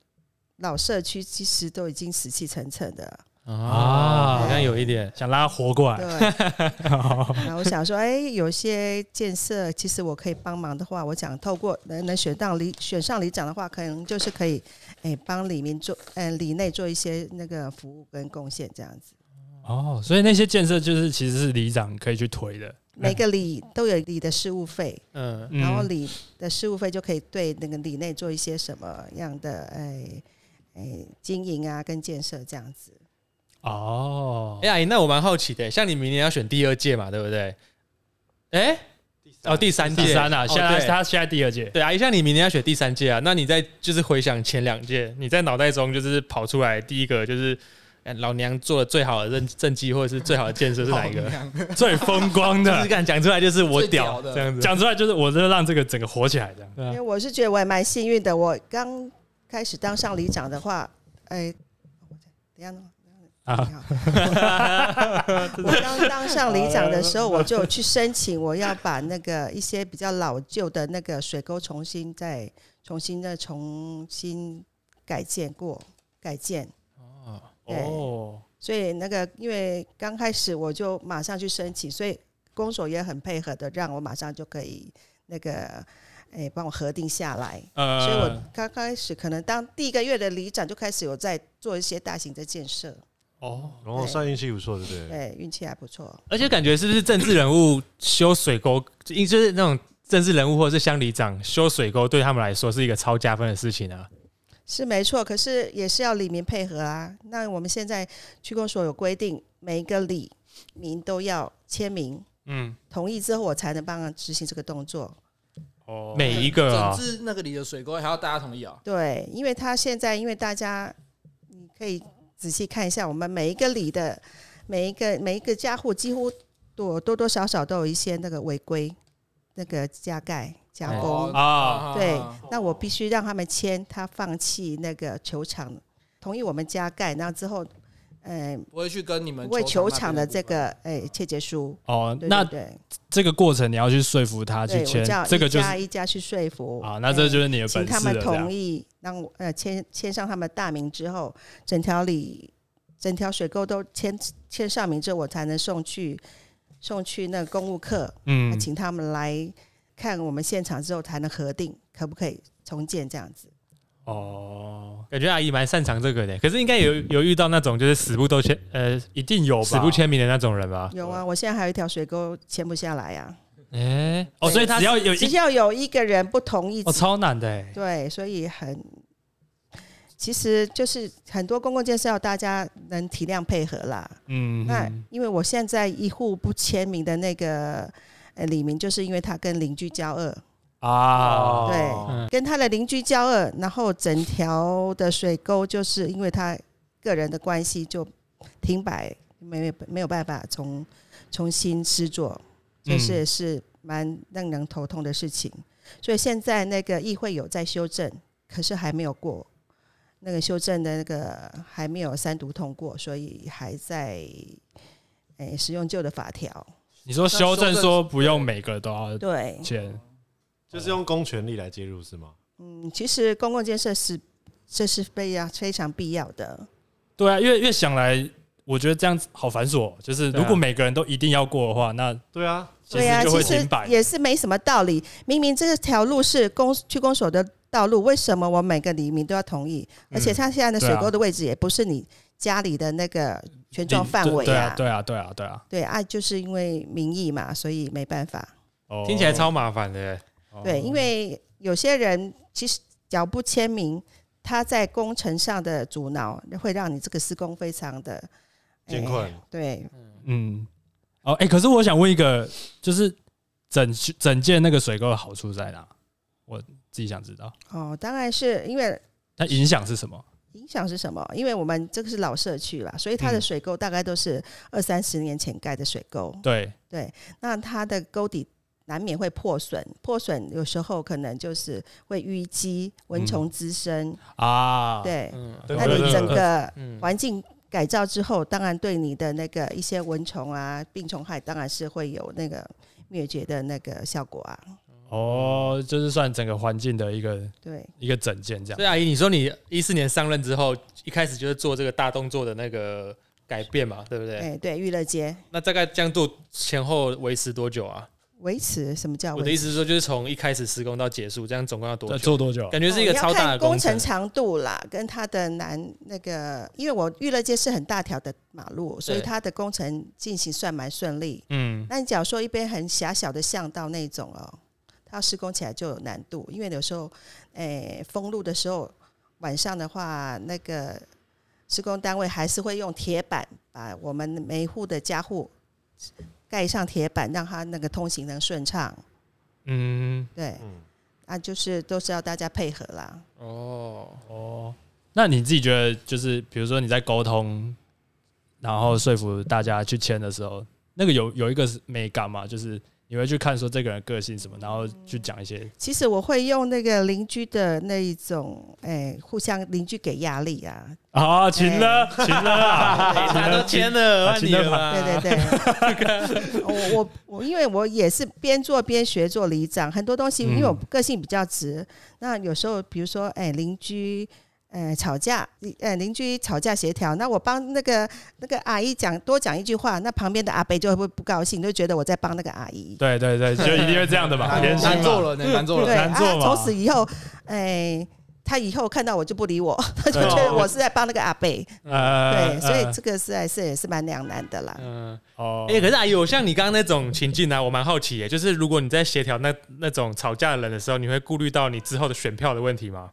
Speaker 4: 老社区其实都已经死气沉沉的了。
Speaker 3: 啊，好像有一点。
Speaker 1: 想拉他活过来。
Speaker 4: 对， 然后我想说，哎、有些建设其实我可以帮忙的话，我想透过能能选到里选上里长的话，可能就是可以，哎、帮里面做，嗯、里内做一些那个服务跟贡献这样子。
Speaker 1: 哦，所以那些建设就是其实是里长可以去推的。
Speaker 4: 每个里都有里的事务费，
Speaker 3: 嗯，
Speaker 1: 嗯
Speaker 4: 然后里的事务费就可以对那个里内做一些什么样的，哎、哎、经营啊跟建设这样子。
Speaker 1: 哦，
Speaker 3: 哎、阿姨，那我蛮好奇的，像你明年要选第二届嘛，对不对？哎、哦，第三届，
Speaker 1: 第三啊，
Speaker 3: 哦
Speaker 1: 现在
Speaker 3: 对
Speaker 1: 他现在第二届。
Speaker 3: 对阿姨，像你明年要选第三届啊，那你在就是回想前两届，你在脑袋中就是跑出来第一个就是，哎老娘做的最好的政政绩或者是最好的建设是哪一个？
Speaker 1: 最风光
Speaker 3: 就是
Speaker 1: 的，
Speaker 3: 敢讲出来就是我
Speaker 5: 最
Speaker 3: 屌
Speaker 5: 屌的
Speaker 3: 这样子。
Speaker 1: 讲出来就是我就让这个整个火起来这样。
Speaker 3: 啊
Speaker 4: 因为我是觉得我也蛮幸运的，我刚开始当上里长的话，哎、等一下呢。啊！ 我刚当上里长的时候，我就去申请，我要把那个一些比较老旧的那个水沟重新再重新再重新改建过改建。对
Speaker 1: 哦，
Speaker 4: 所以那个因为刚开始我就马上去申请，所以公所也很配合的，让我马上就可以那个哎帮我核定下来。
Speaker 1: 呃，
Speaker 4: 所以我刚开始可能当第一个月的里长就开始有在做一些大型的建设，
Speaker 1: 哦，
Speaker 2: 然后算运气不错，对不对？
Speaker 4: 对，运气还不错。
Speaker 3: 而且感觉是不是政治人物修水沟，就就是那种政治人物或者是乡里长修水沟，对他们来说是一个超加分的事情啊。
Speaker 4: 是没错，可是也是要里民配合啊。那我们现在区公所有规定，每一个里民都要签名
Speaker 3: 嗯，
Speaker 4: 同意之后，我才能帮他执行这个动作。
Speaker 1: 哦
Speaker 3: 每一个啊
Speaker 5: 整、治那个里的水沟还要大家同意啊、
Speaker 4: 对，因为他现在因为大家，你可以仔细看一下，我们每一个里的每一个每一个家户，几乎多多多少少都有一些那个违规那个加盖加工。
Speaker 5: 哦
Speaker 1: 啊，
Speaker 4: 对，那我必须让他们签，他放弃那个球场，同意我们加盖，那之后，嗯、
Speaker 5: 不会去跟你
Speaker 4: 呃，
Speaker 5: 们
Speaker 4: 为球场的
Speaker 5: 那
Speaker 4: 这
Speaker 5: 边部分
Speaker 4: 个哎切结书，
Speaker 1: 哦，
Speaker 4: 对
Speaker 1: 那
Speaker 4: 对
Speaker 1: 这个过程你要去说服他去
Speaker 4: 对，对我
Speaker 1: 签
Speaker 4: 叫，
Speaker 1: 这个
Speaker 4: 一
Speaker 1: 就是
Speaker 4: 家一家去说服
Speaker 1: 啊，那这
Speaker 4: 哎
Speaker 1: 就是你的
Speaker 4: 请
Speaker 1: 本
Speaker 4: 他
Speaker 1: 事
Speaker 4: 们
Speaker 1: 了，这
Speaker 4: 同
Speaker 1: 样
Speaker 4: 意，让我呃签签上他们大名之后，整条里整条水沟都签签上名之后，我才能送去送去那个公务课，那
Speaker 1: 嗯，
Speaker 4: 请他们来看我们现场之后才能核定可不可以重建这样子。
Speaker 1: 哦，
Speaker 3: 感觉阿姨蛮擅长这个的。可是应该有有遇到那种就是死不都签呃
Speaker 1: 一定有吧？
Speaker 3: 嗯死不签名的那种人吧？
Speaker 4: 有啊，我现在还有一条水沟签不下来啊。
Speaker 3: 哎、哦，所以他
Speaker 1: 只要有
Speaker 4: 只
Speaker 1: 一，
Speaker 4: 要有一个人不同意，
Speaker 1: 哦，超难的欸，
Speaker 4: 对，所以很，其实就是很多公共建设要大家能体谅配合啦。
Speaker 1: 嗯，
Speaker 4: 那因为我现在一户不签名的那个呃李明，就是因为他跟邻居交恶，
Speaker 1: 啊，
Speaker 4: 对
Speaker 3: 嗯
Speaker 4: 跟他的邻居交恶，然后整条的水沟就是因为他个人的关系就停摆，没有没有办法重重新施作，这是也是蛮让人头痛的事情。所以现在那个议会有在修正，可是还没有过那个修正的那个还没有三读通过，所以还在诶使用旧的法条。
Speaker 1: 你说修正说不用每个都要
Speaker 4: 对，
Speaker 1: 签，
Speaker 2: 就是用公权力来介入是吗？
Speaker 4: 嗯，其实公共建设是这是非常非常必要的。
Speaker 1: 对啊，越越想来，我觉得这样子好繁琐哦。就是
Speaker 3: 对啊
Speaker 1: 如果每个人都一定要过的话，那
Speaker 2: 对啊，
Speaker 1: 其
Speaker 4: 对呀、
Speaker 1: 实就
Speaker 4: 其
Speaker 1: 会
Speaker 4: 实
Speaker 1: 停摆。
Speaker 4: 也是没什么道理。明明这条路是公区公所的道路，为什么我每个黎明都要同意？而且它现在的
Speaker 1: 对
Speaker 4: 水
Speaker 1: 啊
Speaker 4: 沟的位置也不是你家里的那个权状范围
Speaker 1: 对
Speaker 4: 啊。
Speaker 1: 对啊，对啊，对啊。
Speaker 4: 对啊，就是因为民意嘛，所以没办法。
Speaker 1: 哦
Speaker 3: 听起来超麻烦的欸。
Speaker 4: 对，因为有些人其实脚不签名，他在工程上的阻挠会让你这个施工非常的
Speaker 2: 监
Speaker 4: 哎
Speaker 2: 困
Speaker 4: 对，
Speaker 1: 嗯，哦，哎、可是我想问一个，就是整整件那个水沟的好处在哪？我自己想知道，
Speaker 4: 哦，当然是因为
Speaker 1: 它影响是什么？
Speaker 4: 影响是什么？因为我们这个是老社区啦，所以它的
Speaker 1: 嗯
Speaker 4: 水沟大概都是二三十年前盖的水沟，
Speaker 1: 对，
Speaker 4: 那它的沟底难免会破损，破损有时候可能就是会淤积、蚊虫滋生，
Speaker 1: 啊，，
Speaker 4: 对，
Speaker 3: 嗯
Speaker 2: 对
Speaker 4: 那
Speaker 2: 对
Speaker 4: 你
Speaker 2: 对
Speaker 4: 整
Speaker 2: 对
Speaker 4: 个
Speaker 3: 嗯，
Speaker 4: 环境改造之后，当然对你的那个一些蚊虫啊、病虫害，当然是会有那个灭绝的那个效果啊。
Speaker 1: 哦，就是算整个环境的一个
Speaker 4: 对，
Speaker 1: 一个整件这样
Speaker 3: 所。以阿姨，你说你一四年上任之后，一开始就是做这个大动作的那个改变嘛，对不对？
Speaker 4: 哎，对，娱乐街
Speaker 3: 那大概这样做前后维持多久啊？
Speaker 4: 维持什么叫
Speaker 3: 我的
Speaker 4: 维
Speaker 3: 意
Speaker 4: 持？
Speaker 3: 思是说，就是从一开始施工到结束，这样总共要多
Speaker 1: 呃
Speaker 3: 久？
Speaker 1: 做多久？
Speaker 3: 感觉是一个
Speaker 4: 哦你要
Speaker 3: 超大
Speaker 4: 看
Speaker 3: 的
Speaker 4: 工
Speaker 3: 程
Speaker 4: 程。长度啦，跟它的难那个，因为我娱乐街是很大条的马路，所以
Speaker 3: 对
Speaker 4: 它的工程进行算蛮顺利。
Speaker 3: 嗯，
Speaker 4: 那你假如说一边很狭小的巷道那种哦，它要施工起来就有难度，因为有时候，诶、封路的时候，晚上的话，那个施工单位还是会用铁板把我们每一户的家户盖上铁板，让它那个通行能顺畅。
Speaker 1: 嗯，
Speaker 4: 对，
Speaker 2: 嗯
Speaker 4: 啊，就是都是要大家配合啦。
Speaker 3: 哦，
Speaker 1: 哦，那你自己觉得，就是比如说你在沟通，然后说服大家去签的时候，那个有有一个是美感嘛，就是你会去看说这个人个性什么，然后去讲一些
Speaker 4: 其实我会用那个邻居的那一种，诶、互相邻居给压力啊，
Speaker 1: 啊，请了，请了啊，
Speaker 4: 对
Speaker 3: 大家都签了，
Speaker 1: 啊
Speaker 3: 万
Speaker 1: 请
Speaker 3: 你了
Speaker 1: 了
Speaker 3: 嘛
Speaker 4: 对对 对，哦我我我，因为我也是边做边学做里长，很多东西，
Speaker 1: 嗯
Speaker 4: 因为我个性比较直，那有时候比如说，哎，邻居。呃，吵架，呃，邻居吵架协调，那我帮那个那个阿姨讲多讲一句话，那旁边的阿伯就会不不高兴，就觉得我在帮那个阿姨。
Speaker 1: 对对对，就一定会这 样的嘛，哎
Speaker 5: 难
Speaker 1: 偏心
Speaker 5: 难做
Speaker 1: 嘛，
Speaker 5: 了，难做
Speaker 4: 对
Speaker 5: 了。
Speaker 1: 哦难做
Speaker 4: 啊，
Speaker 1: 嘛
Speaker 4: 从此以后，哎，他以后看到我就不理我，他 就
Speaker 1: 对
Speaker 4: 觉得我是在帮那个阿伯。
Speaker 1: 呃，
Speaker 4: 对，所以
Speaker 1: 呃
Speaker 4: 这个实在是也是蛮两难的啦。
Speaker 3: 嗯，
Speaker 1: 哦
Speaker 3: 哎、，可是阿姨，我像你刚刚那种情境啊，我蛮好奇耶，就是如果你在协调那那种吵架的人的时候，你会顾虑到你之后的选票的问题吗？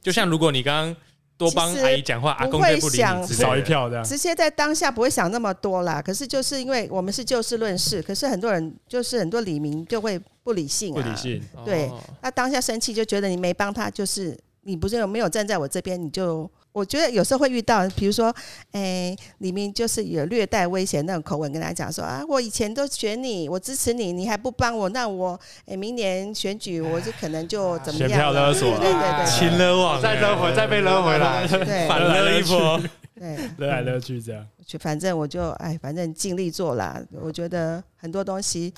Speaker 3: 就像如果你刚刚多帮
Speaker 4: 其实
Speaker 3: 阿姨讲话，阿公
Speaker 4: 不会
Speaker 3: 就不理
Speaker 4: 想
Speaker 3: 你之类的，
Speaker 1: 少一票这样，
Speaker 4: 直接在当下不会想那么多啦。可是就是因为我们是就事论事，可是很多人就是很多李明就会不理性、啊，
Speaker 1: 不理。性，
Speaker 3: 哦
Speaker 4: 对那当下生气就觉得你没帮他，就是你不是有没有站在我这边，你就我觉得有时候会遇到，比如说，哎、李明就是有略带威胁那种口吻跟他讲说啊，我以前都选你，我支持你，你还不帮我，那我哎、明年选举我就可能就怎
Speaker 1: 啊
Speaker 4: 么
Speaker 1: 选
Speaker 4: 样
Speaker 1: 票勒
Speaker 4: 了，
Speaker 1: 索
Speaker 4: 对
Speaker 1: 了，
Speaker 4: 对
Speaker 3: 亲了 网，
Speaker 2: 再扔回，再被扔回来。
Speaker 4: 对 对
Speaker 3: 反了一 波。
Speaker 4: 对对。
Speaker 1: 勒来勒去这样，
Speaker 4: 就反正我就哎，反正尽力做啦。我觉得很多东西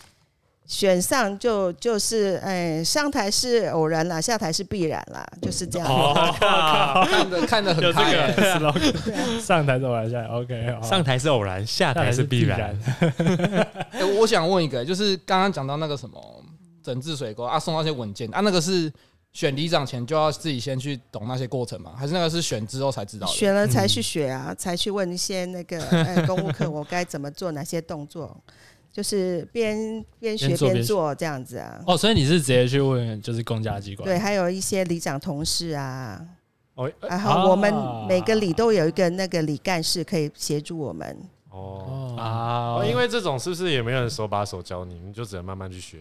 Speaker 4: 选上就就是哎，上台是偶然啦，下台是必然啦，就是这 样。
Speaker 1: 哦，靠
Speaker 5: 看的看的
Speaker 1: 有这
Speaker 5: 很开
Speaker 1: 个
Speaker 5: 欸，
Speaker 1: slogan，上台走完下来，OK，好
Speaker 3: 上台是偶然，下
Speaker 1: 下
Speaker 3: 台是必然。，
Speaker 5: 哎我想问一个，就是刚刚讲到那个什么整治水沟啊，送那些文件啊，那个是选里长前就要自己先去懂那些过程吗？还是那个是选之后才知道的？
Speaker 4: 选了才去学啊，才去问一些那个哎公务课，我该怎么做哪些动作，就是边边学
Speaker 1: 边做
Speaker 4: 边
Speaker 1: 边学
Speaker 4: 做这样子啊。
Speaker 1: 哦，所以你是直接去问就是公家机关？
Speaker 4: 对，，还有一些里长同事啊，
Speaker 2: 哦
Speaker 4: 然后我们
Speaker 1: 啊
Speaker 4: 每个里都有一个那个里干事可以协助我们。
Speaker 2: 哦
Speaker 3: 哦，
Speaker 1: 啊
Speaker 2: 哦，，因为这种是不是也没有人手把手教你，你就只能慢慢去学。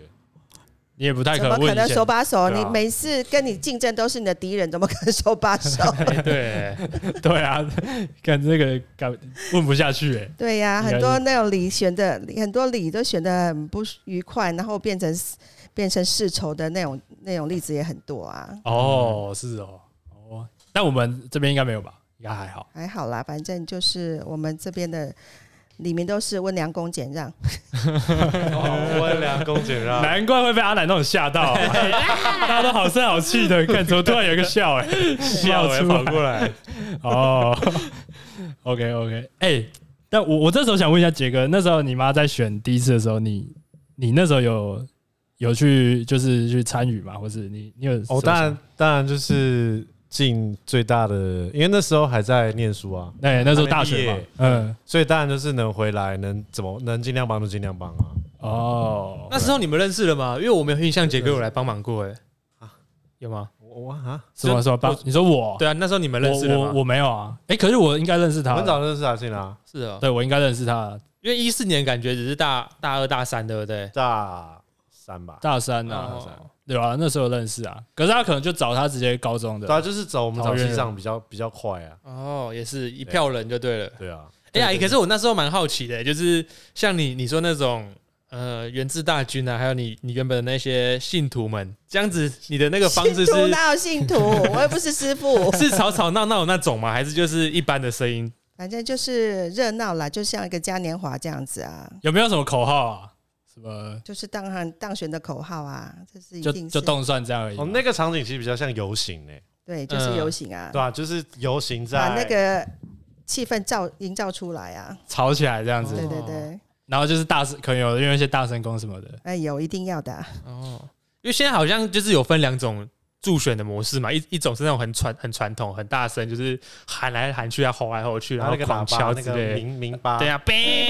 Speaker 1: 你也不太
Speaker 4: 怎么
Speaker 1: 能
Speaker 4: 可
Speaker 1: 问以
Speaker 4: 能
Speaker 1: 前
Speaker 4: 手把手？
Speaker 2: 对啊
Speaker 4: 你每次跟你竞争都是你的敌人，怎么可能手把手？
Speaker 3: 哎对，
Speaker 1: 对啊，看这个感问不下去哎，
Speaker 4: 对呀、
Speaker 1: 应该是
Speaker 4: 很多那种理选的，很多理都选的很不愉快，然后变成变成世仇的那种那种例子也很多啊。
Speaker 1: 哦，是哦，哦，但我们这边应该没有吧？应该还好。
Speaker 4: 还好啦，反正就是我们这边的里面都是温良恭俭让，
Speaker 2: 哦，温良恭俭
Speaker 3: 呃
Speaker 2: 让，
Speaker 1: 难怪会被阿南那种吓 到、啊，大家都好声好气的，看怎么突然有一个 笑、哎，
Speaker 3: 笑
Speaker 1: 出
Speaker 3: 哎
Speaker 1: 来
Speaker 3: 跑过来，
Speaker 1: 哦，OK OK，哎、但我我这时候想问一下杰哥，那时候你妈在选第一次的时候，你你那时候有有去就是去参与吗？或是你你有什么
Speaker 2: 哦，
Speaker 1: 想
Speaker 2: 当然，当然就是尽最大的，因为那时候还在念书啊，
Speaker 1: 哎、那时候
Speaker 2: 还没
Speaker 1: 大学嘛
Speaker 2: 毕业，
Speaker 1: 嗯，
Speaker 2: 所以当然就是能回来，能怎么能尽量帮就尽量帮啊。
Speaker 1: 哦，
Speaker 3: 那时候你们认识了吗？因为我没有印象杰哥有来帮忙过哎、
Speaker 4: 啊
Speaker 3: 有吗？
Speaker 2: 我我啊，
Speaker 1: 什么什么爸
Speaker 3: 我？
Speaker 1: 你说我
Speaker 3: 对啊，那时候你们认识了
Speaker 1: 我
Speaker 3: 吗？
Speaker 1: 我我没有啊，哎、可是我应该认识他
Speaker 2: 我很
Speaker 1: 了，
Speaker 2: 早认识阿信啊，
Speaker 3: 是啊，
Speaker 1: 对我应该认识他，
Speaker 3: 因为一四年感觉只是大大二大三，对不对？
Speaker 2: 大三吧，
Speaker 1: 大三啊，
Speaker 3: 哦
Speaker 1: 对吧、那时候认识啊，可是他可能就找他直接高中的
Speaker 2: 对，啊，就是走我们
Speaker 1: 桃
Speaker 2: 早
Speaker 1: 园
Speaker 2: 期
Speaker 1: 人
Speaker 2: 上比较比较快啊，
Speaker 3: 哦，也是一票人就对了。
Speaker 2: 对啊，
Speaker 3: 哎呀，可是我那时候蛮好奇的，就是像你你说那种呃源自大军啊，还有你你原本的那些信徒们，这样子你的那个方式
Speaker 4: 信徒
Speaker 3: 是
Speaker 4: 哪有信徒？我又不是师傅，
Speaker 3: 是吵吵闹闹的那种吗？还是就是一般的声音？
Speaker 4: 反正就是热闹啦，就像一个嘉年华这样子啊，
Speaker 1: 有没有什么口号啊？什么
Speaker 4: 就是当然当选的口号啊，这是一
Speaker 1: 就
Speaker 4: 定是
Speaker 1: 就动算这样而已嘛。啊
Speaker 2: 哦，那个场景其实比较像游行呢，
Speaker 4: 对，就是游行啊，
Speaker 2: 对啊，就是游行在
Speaker 4: 把那个气氛造营造出来啊，
Speaker 1: 吵起来这样子，
Speaker 4: 对对对，
Speaker 1: 然后就是大声，可能有因为一些大声公什么的，
Speaker 4: 哎，有一定要的啊，
Speaker 3: 哦，因为现在好像就是有分两种助选的模式嘛，一一种是那种很传很传统、很大声，就是喊来喊去啊，吼来吼去，
Speaker 2: 然
Speaker 3: 然
Speaker 2: 后
Speaker 3: 后
Speaker 2: 那个
Speaker 3: 狂
Speaker 2: 喇叭
Speaker 3: 敲之
Speaker 2: 那个
Speaker 3: 类的。
Speaker 2: 明明吧，
Speaker 3: 对啊，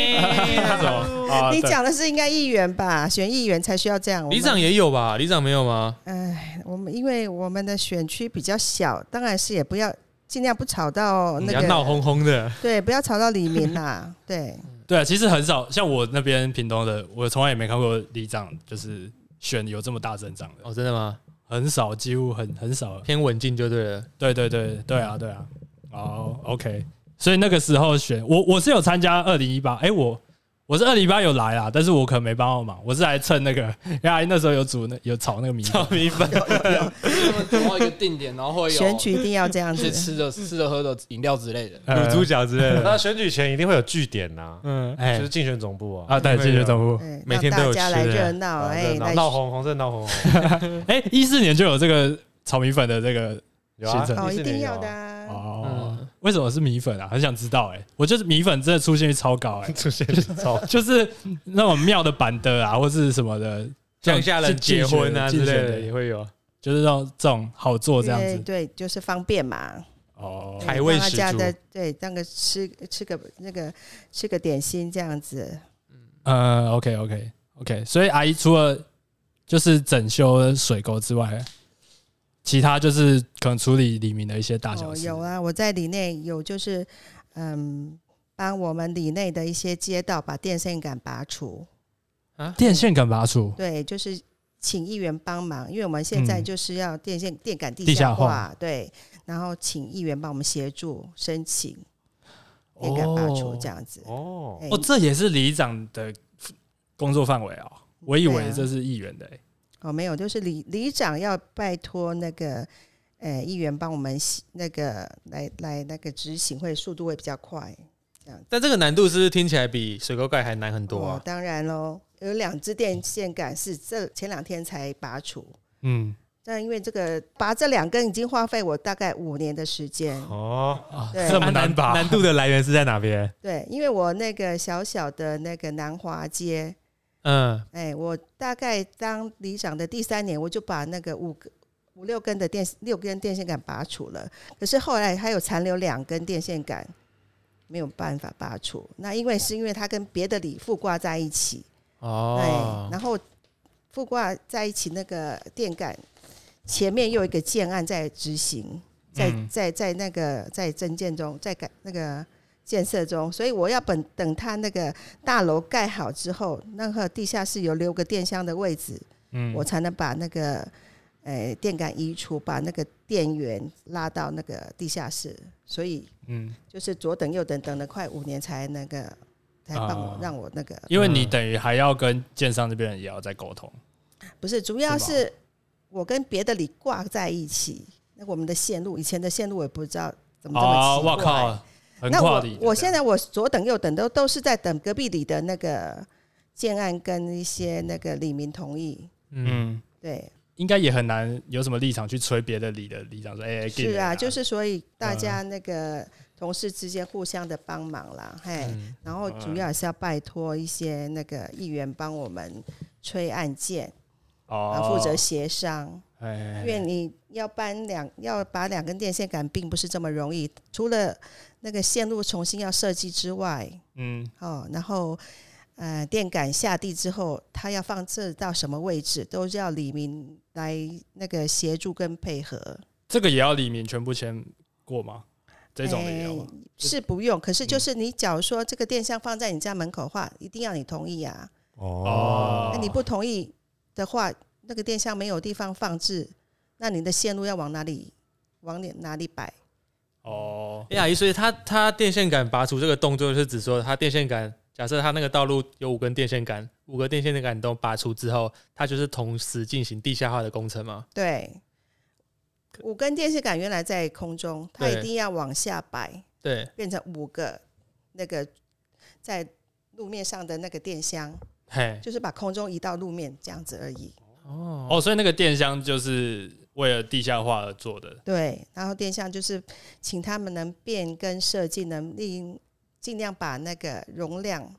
Speaker 3: 那种
Speaker 1: 啊
Speaker 4: 你
Speaker 1: 对
Speaker 4: 讲的是应该议员吧？选议员才需要这样。我们
Speaker 3: 里长也有吧？里长没有吗？
Speaker 4: 哎，我们因为我们的选区比较小，当然是也不要尽量不吵
Speaker 2: 哦
Speaker 4: 到
Speaker 3: 你
Speaker 4: 那
Speaker 3: 要闹
Speaker 4: 个，
Speaker 3: 哄哄的，
Speaker 4: 对，不要吵到李明啦。对，
Speaker 1: 对啊，其实很少，像我那边屏东的，我从来也没看过里长就是选有这么大阵仗的，
Speaker 3: 哦，真的吗？
Speaker 1: 很少，几乎很很少。
Speaker 3: 偏文静就对了。
Speaker 1: 对对对对啊对啊，哦，OK，所以那个时候选我我是有参加二零一八，哎我。我是二零一八有来啦，但是我可能没帮到忙，我是来蹭那个， 因为阿姨那时候有煮那有炒那个米粉，
Speaker 3: 米粉，
Speaker 5: 他们走到一个定点，然后会有
Speaker 4: 选举一定要这样
Speaker 5: 一些
Speaker 4: 子。
Speaker 5: 吃的、吃的、喝的、饮料之类的。
Speaker 1: 呃
Speaker 3: 角之类。
Speaker 2: 那选举前一定会有据点呐，
Speaker 3: 嗯，
Speaker 1: 哎
Speaker 2: 就是竞选总部啊，
Speaker 1: 啊，对，这就是政府。
Speaker 4: 对，
Speaker 3: 每
Speaker 4: 让
Speaker 3: 天都
Speaker 4: 大
Speaker 3: 有
Speaker 4: 家
Speaker 3: 吃
Speaker 4: 来
Speaker 3: 的
Speaker 4: 热闹，
Speaker 2: 啊
Speaker 4: 哎，
Speaker 2: 热闹
Speaker 4: 来
Speaker 2: 闹红红，真的闹红红，
Speaker 1: 哎，一四年就有这个炒米粉的这个
Speaker 2: 有啊
Speaker 1: 行，政
Speaker 4: 哦，
Speaker 2: 迪士
Speaker 4: 一
Speaker 2: 尼
Speaker 4: 定
Speaker 2: 有
Speaker 4: 要的
Speaker 2: 啊，
Speaker 4: 啊。
Speaker 1: 哦
Speaker 3: 嗯，
Speaker 1: 为什么是米粉啊？很想知道哎、我就是米粉真的 出现率超高哎、
Speaker 2: 出现就超
Speaker 1: 就是那种庙的板凳啊，或是什么的，
Speaker 3: 乡下人结婚啊之
Speaker 1: 竞选
Speaker 3: 类
Speaker 1: 的
Speaker 3: 的也会有，
Speaker 1: 就是让这种好做这样
Speaker 4: 对
Speaker 1: 子
Speaker 4: 对，就是方便嘛，
Speaker 1: 哦
Speaker 4: 对。
Speaker 3: 海味
Speaker 4: 让大
Speaker 3: 十
Speaker 4: 家
Speaker 3: 足
Speaker 4: 的对，当个吃吃个那个吃个点心这样子，
Speaker 1: 嗯，OK OK OK，所以阿姨除了就是整修水沟之外，其他就是可能处理里面的一些大小
Speaker 4: 哦，
Speaker 1: 事。
Speaker 4: 有啊，我在里内有就是，嗯，帮我们里内的一些街道把电线杆拔除，
Speaker 1: 电线杆拔除，
Speaker 4: 对，就是请议员帮忙，因为我们现在
Speaker 1: 嗯
Speaker 4: 就是要电线电杆地
Speaker 1: 地下
Speaker 4: 下
Speaker 1: 化
Speaker 4: 化，对，然后请议员帮我们协助申请电杆拔除这样子。
Speaker 2: 哦，
Speaker 4: 哎
Speaker 1: 哦，这也是里长的工作范围哦。我以
Speaker 4: 对
Speaker 1: 为
Speaker 4: 啊
Speaker 1: 这是议员的、欸，
Speaker 4: 哦，没有，就是里里长要拜托那个。呃，议员帮我们那个来来那个执行会速度会比较快，
Speaker 3: 但这个难度是不是听起来比水沟盖还难很多
Speaker 4: 哦
Speaker 3: 啊，。
Speaker 4: 当然喽，有两支电线杆是这前两天才拔除，
Speaker 1: 嗯，
Speaker 4: 但因为这个拔这两根已经花费我大概五年的时间。
Speaker 2: 哦，
Speaker 1: 啊，
Speaker 4: 对
Speaker 1: 这么
Speaker 3: 啊
Speaker 1: 难拔，
Speaker 3: 难度的来源是在哪边？
Speaker 4: 对，因为我那个小小的那个南华街，
Speaker 3: 嗯，
Speaker 4: 哎，我大概当里长的第三年，我就把那个五个。五六根的电六根电线杆拔除了，可是后来还有残留两根电线杆，没有办法拔除。那因为是因为它跟别的里附挂在一起，
Speaker 3: 哦
Speaker 4: 对，，然后附挂在一起那个电杆前面又有一个建案在执行，在
Speaker 1: 嗯
Speaker 4: 在在那个在增建中，在改那个建设中，所以我要等等它那个大楼盖好之后，那个地下室有留个电箱的位置，
Speaker 1: 嗯
Speaker 4: 我才能把那个。呃，电杆移除，把那个电源拉到那个地下室，所以
Speaker 1: 嗯，
Speaker 4: 就是左等右等，等了快五年才那个，才帮我、
Speaker 1: 啊
Speaker 4: 让我那个
Speaker 1: 因为你等于还要跟建商这边人也要再沟通，
Speaker 4: 不是，主
Speaker 1: 是
Speaker 4: 要
Speaker 1: 吧
Speaker 4: 是我跟别的里挂在一起，那我们的线路，以前的线路我也不知道怎嗯么这么
Speaker 1: 哦，
Speaker 4: 奇怪。
Speaker 1: 我靠，很
Speaker 4: 那
Speaker 1: 跨
Speaker 4: 我
Speaker 1: 里的。
Speaker 4: 我现在我左等右等都都是在等隔壁里的那个建案跟一些那个李明同意，
Speaker 3: 嗯，
Speaker 1: 嗯，
Speaker 4: 对，
Speaker 1: 应该也很难有什么立场去吹别的里的里长说，哎、哎
Speaker 4: 是啊，就是是所以大家那个同事之间互相的帮忙啦，
Speaker 1: 嗯
Speaker 4: 嘿，然后主要是要拜托一些那个议员帮我们催案件，然后
Speaker 1: 哦，
Speaker 4: 负责协商，
Speaker 1: 哎，哎
Speaker 4: 因为你要搬两要把两根电线杆并不是这么容易，除了那个线路重新要设计之外，
Speaker 1: 嗯，
Speaker 4: 哦，然后呃，电杆下地之后，它要放置到什么位置，都是要李明来那个协助跟配合。
Speaker 1: 这个也要李明全部签过吗？这种的也要吗？
Speaker 4: 哎是不用，可是
Speaker 1: 嗯
Speaker 4: 就是你假如说这个电箱放在你家门口的话，一定要你同意啊。
Speaker 1: 哦
Speaker 4: 那、你不同意的话，那个电箱没有地方放置，那你的线路要往哪里往哪哪里摆？
Speaker 1: 哦，
Speaker 3: 哎、阿姨，所以他他电线杆拔除这个动作，是指说他电线杆，假设他那个道路有五根电线杆，五个电线杆都拔除之后，他就是同时进行地下化的工程嘛？
Speaker 4: 对，五根电线杆原来在空中，它
Speaker 3: 对
Speaker 4: 一定要往下摆，
Speaker 3: 对，
Speaker 4: 变成五个那个在路面上的那个电箱，
Speaker 3: 嘿，
Speaker 4: 就是把空中移到路面这样子而已。
Speaker 3: 哦，
Speaker 1: 哦，所以那个电箱就是为了地下化而做的。
Speaker 4: 对，然后电箱就是请他们能变更设计，能令尽量把那个容量、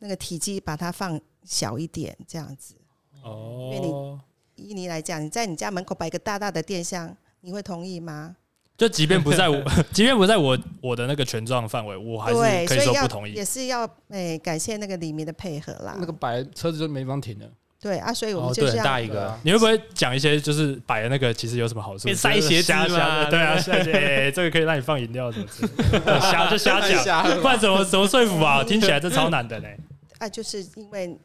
Speaker 4: 那个体积把它放小一点，这样子。因为
Speaker 1: 哦
Speaker 4: 你，以你来讲，你在你家门口摆一个大大的电箱，你会同意吗？
Speaker 1: 就即便不在我， 即便不在我我的那个权状范围，我还是
Speaker 4: 对，
Speaker 1: 可
Speaker 4: 所
Speaker 1: 以说
Speaker 4: 要
Speaker 1: 不同意
Speaker 4: 也。是要诶、感谢那个李明的配合啦。
Speaker 5: 那个摆车子就没地方停了。
Speaker 4: 对啊，所以我们
Speaker 3: 哦，
Speaker 4: 就
Speaker 3: 对，
Speaker 4: 是
Speaker 3: 很
Speaker 4: 要
Speaker 3: 大一
Speaker 5: 对
Speaker 3: 个
Speaker 5: 啊，
Speaker 1: 你会不会讲一些就是摆的那个其实有什么好处？
Speaker 3: 变塞鞋子嘛
Speaker 1: 瞎想的对啊， 塞鞋、哎这个可以让你放饮料什么之类 的，瞎就瞎
Speaker 5: 太
Speaker 1: 讲，
Speaker 5: 瞎了吧
Speaker 1: 不然怎么怎么说服啊？ 听起来这超难 的呢。
Speaker 4: 啊，就是因为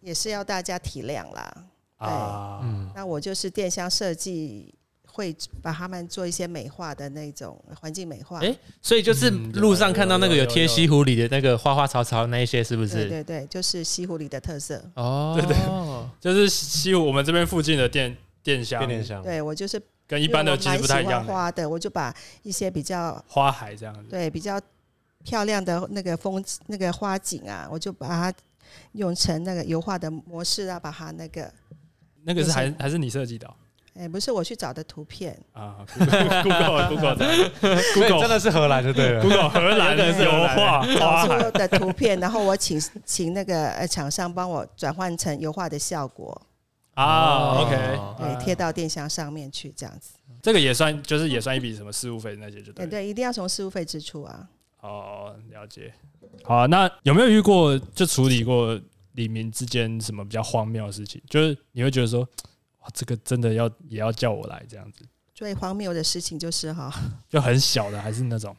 Speaker 4: 也是要大家体谅啦。
Speaker 1: 啊，
Speaker 3: 嗯，
Speaker 4: 那我就是电箱设计会把他们做一些美化的那种环境美化。
Speaker 3: 诶所以就是路上看到那个有贴西湖里的那个花花草草那一些，是不
Speaker 4: 对
Speaker 3: 是？
Speaker 4: 对对，就是西湖里的特色。
Speaker 3: 哦，对对，
Speaker 1: 就是西湖我们这边附近的电电箱，
Speaker 2: 变脸香，
Speaker 4: 对我就是
Speaker 1: 嗯跟一般的
Speaker 4: 因为
Speaker 1: 其
Speaker 4: 我
Speaker 1: 实
Speaker 4: 蛮
Speaker 1: 不
Speaker 4: 喜
Speaker 1: 太一
Speaker 4: 欢
Speaker 1: 样的，
Speaker 4: 花的，我就把一些比较
Speaker 1: 花海这样子。
Speaker 4: 对比较漂亮的那个风景那个花景啊，我就把它用成那个油画的模式啊，把它那个。
Speaker 1: 那个是还
Speaker 4: 就是
Speaker 1: 还是你设计的哦
Speaker 4: 哎，不是我去找的图片，
Speaker 1: 啊？Google Google 的
Speaker 2: 所以
Speaker 1: Google
Speaker 2: 真的是荷兰就对了。
Speaker 1: Google 荷兰的油画花
Speaker 4: 找出
Speaker 1: 海
Speaker 4: 的图片，然后我请 请那个呃厂商帮我转换成油画的效果，
Speaker 1: 啊
Speaker 3: 哦
Speaker 1: ，OK，
Speaker 4: 对，
Speaker 1: 啊
Speaker 4: 贴到电箱上面去这样子。
Speaker 1: 这个也算就是也算一笔什么事务费那些就对
Speaker 4: 哎对
Speaker 1: 了。
Speaker 4: 对，一定要从事务费支出啊。
Speaker 1: 哦，了解。好啊，那有没有遇过就处理过李明之间什么比较荒谬的事情？就是你会觉得说，哇，这个真的要也要叫我来这样子，
Speaker 4: 最荒谬的事情就是哈，
Speaker 1: 就很小的还是那种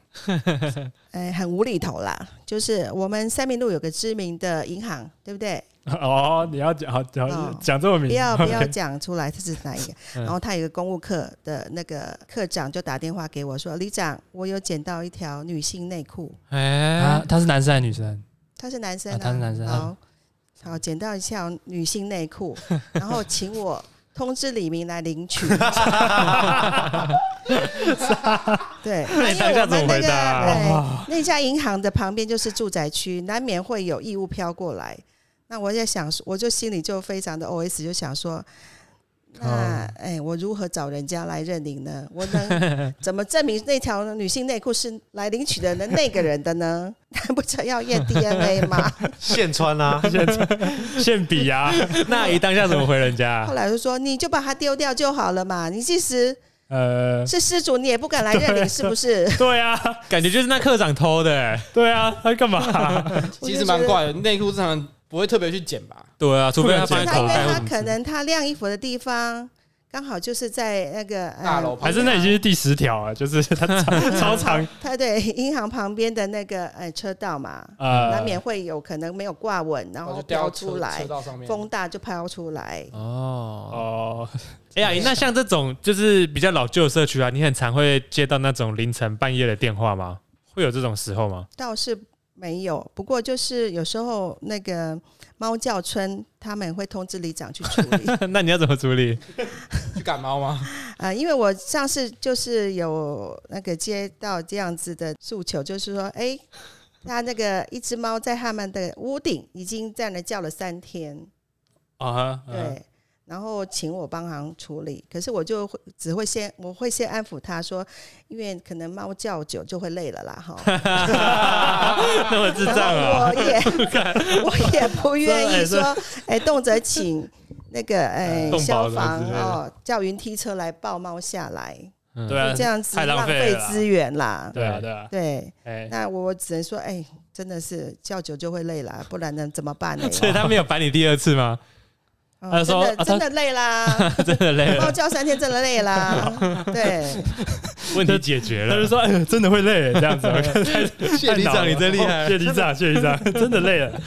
Speaker 4: 哎，很无厘头啦。就是我们三民路有个知名的银行，对不对？
Speaker 1: 哦，你要讲好讲
Speaker 4: 哦
Speaker 1: 讲这么
Speaker 4: 不
Speaker 1: 明，
Speaker 4: 要不要
Speaker 1: OK
Speaker 4: 讲出来这是哪一个。
Speaker 3: 嗯
Speaker 4: 然后他有个公务课的那个课长就打电话给我说：“李长，我有捡到一条女性内裤，
Speaker 1: 啊
Speaker 3: 哎？，
Speaker 1: 他是男生还是女生？
Speaker 4: 他是男生、啊
Speaker 1: 啊他是男生
Speaker 4: 好，好，捡到一条女性内 裤，然后请我通知李明来领取。对，
Speaker 3: 那你当下怎么回答啊
Speaker 4: 因为我们那个哎那家银行的旁边就是住宅区，难免会有异物飘过来。那我在想，我就心里就非常的 OS，就想说，那
Speaker 3: 哦
Speaker 4: 哎，我如何找人家来认领呢？我 能怎么证明那条女性内裤是来领取的那那个人的呢？ 那不就要验 DNA 吗？
Speaker 2: 现穿啊，
Speaker 1: 现比啊，
Speaker 3: 那阿姨当下怎么回人家啊
Speaker 4: 后？来我就说，你就把它丢掉就好了嘛。你即使
Speaker 1: 呃，
Speaker 4: 是失主，你也不敢来认领，是不是？
Speaker 1: 对啊，
Speaker 3: 感觉就是那科长偷的、欸，
Speaker 1: 对啊，他干嘛？
Speaker 4: 我
Speaker 5: 其
Speaker 4: 就觉
Speaker 5: 实蛮
Speaker 4: 得
Speaker 5: 怪的，内裤正常不会特别去捡吧？
Speaker 3: 对啊，除非他放在
Speaker 4: 他因
Speaker 3: 口
Speaker 4: 为
Speaker 3: 袋或
Speaker 4: 他
Speaker 3: 什么之
Speaker 4: 可
Speaker 3: 类的。
Speaker 4: 能他晾衣服的地方刚好就是在那个呃
Speaker 5: 大楼旁
Speaker 1: 还是那已经是第十条啊，就是他超 超长，
Speaker 4: 他对银行旁边的那个呃车道嘛，
Speaker 1: 呃
Speaker 4: 难免会有可能没有挂稳，然
Speaker 5: 然
Speaker 4: 后
Speaker 5: 后就
Speaker 4: 飘
Speaker 5: 掉到车
Speaker 4: 出来
Speaker 5: 车，道上面。
Speaker 4: 风大就飘出来。
Speaker 3: 哦，
Speaker 1: 哦，
Speaker 3: 哎、阿姨，那像这种就是比较老旧的社区啊，你很常会接到那种凌晨半夜的电话吗？会有这种时候吗？
Speaker 4: 倒是没有，不过就是有时候那个猫叫 村他们会通知里长去处理
Speaker 3: 那你要怎么处理？
Speaker 5: 去感冒吗？
Speaker 4: 啊，因为我上次就是有那个接到这样子的诉求，就是说，哎，他那个一只猫在他们的屋顶已经在那叫了三天，
Speaker 1: 啊哈，
Speaker 4: 对，然后请我帮忙处理，可是我就会只会先我会先安抚他说，因为可能猫叫久就会累了啦，哈，
Speaker 3: 啊 那么智障啊！
Speaker 4: 我也我也不愿意说， 哎、动辄请那个哎、
Speaker 3: 动保
Speaker 4: 消
Speaker 3: 的
Speaker 4: 防
Speaker 3: 之类的
Speaker 4: 哦叫云梯车来抱猫下来，
Speaker 3: 嗯
Speaker 1: 对啊，
Speaker 4: 这样子
Speaker 1: 太浪费
Speaker 4: 费
Speaker 1: 了啦
Speaker 4: 资源啦。
Speaker 1: 对啊，对啊，
Speaker 4: 对，
Speaker 1: 哎，
Speaker 4: 那我只能说，哎，真的是叫久就会累啦，不然能怎么办呢？
Speaker 3: 所以他没有烦你第二次吗？
Speaker 4: 哦
Speaker 1: 他
Speaker 4: 真
Speaker 1: 说啊他
Speaker 4: 的真的累啦，
Speaker 3: 真的累
Speaker 4: 猫
Speaker 3: 了，
Speaker 4: 哦叫三天真的累 啦。对，
Speaker 3: 问题解决
Speaker 1: 他就
Speaker 3: 了。
Speaker 1: 说，哎，真的会累，这样子，
Speaker 3: 哦谢里长，你真厉害，
Speaker 1: 哦谢里长，谢里长，真的累了。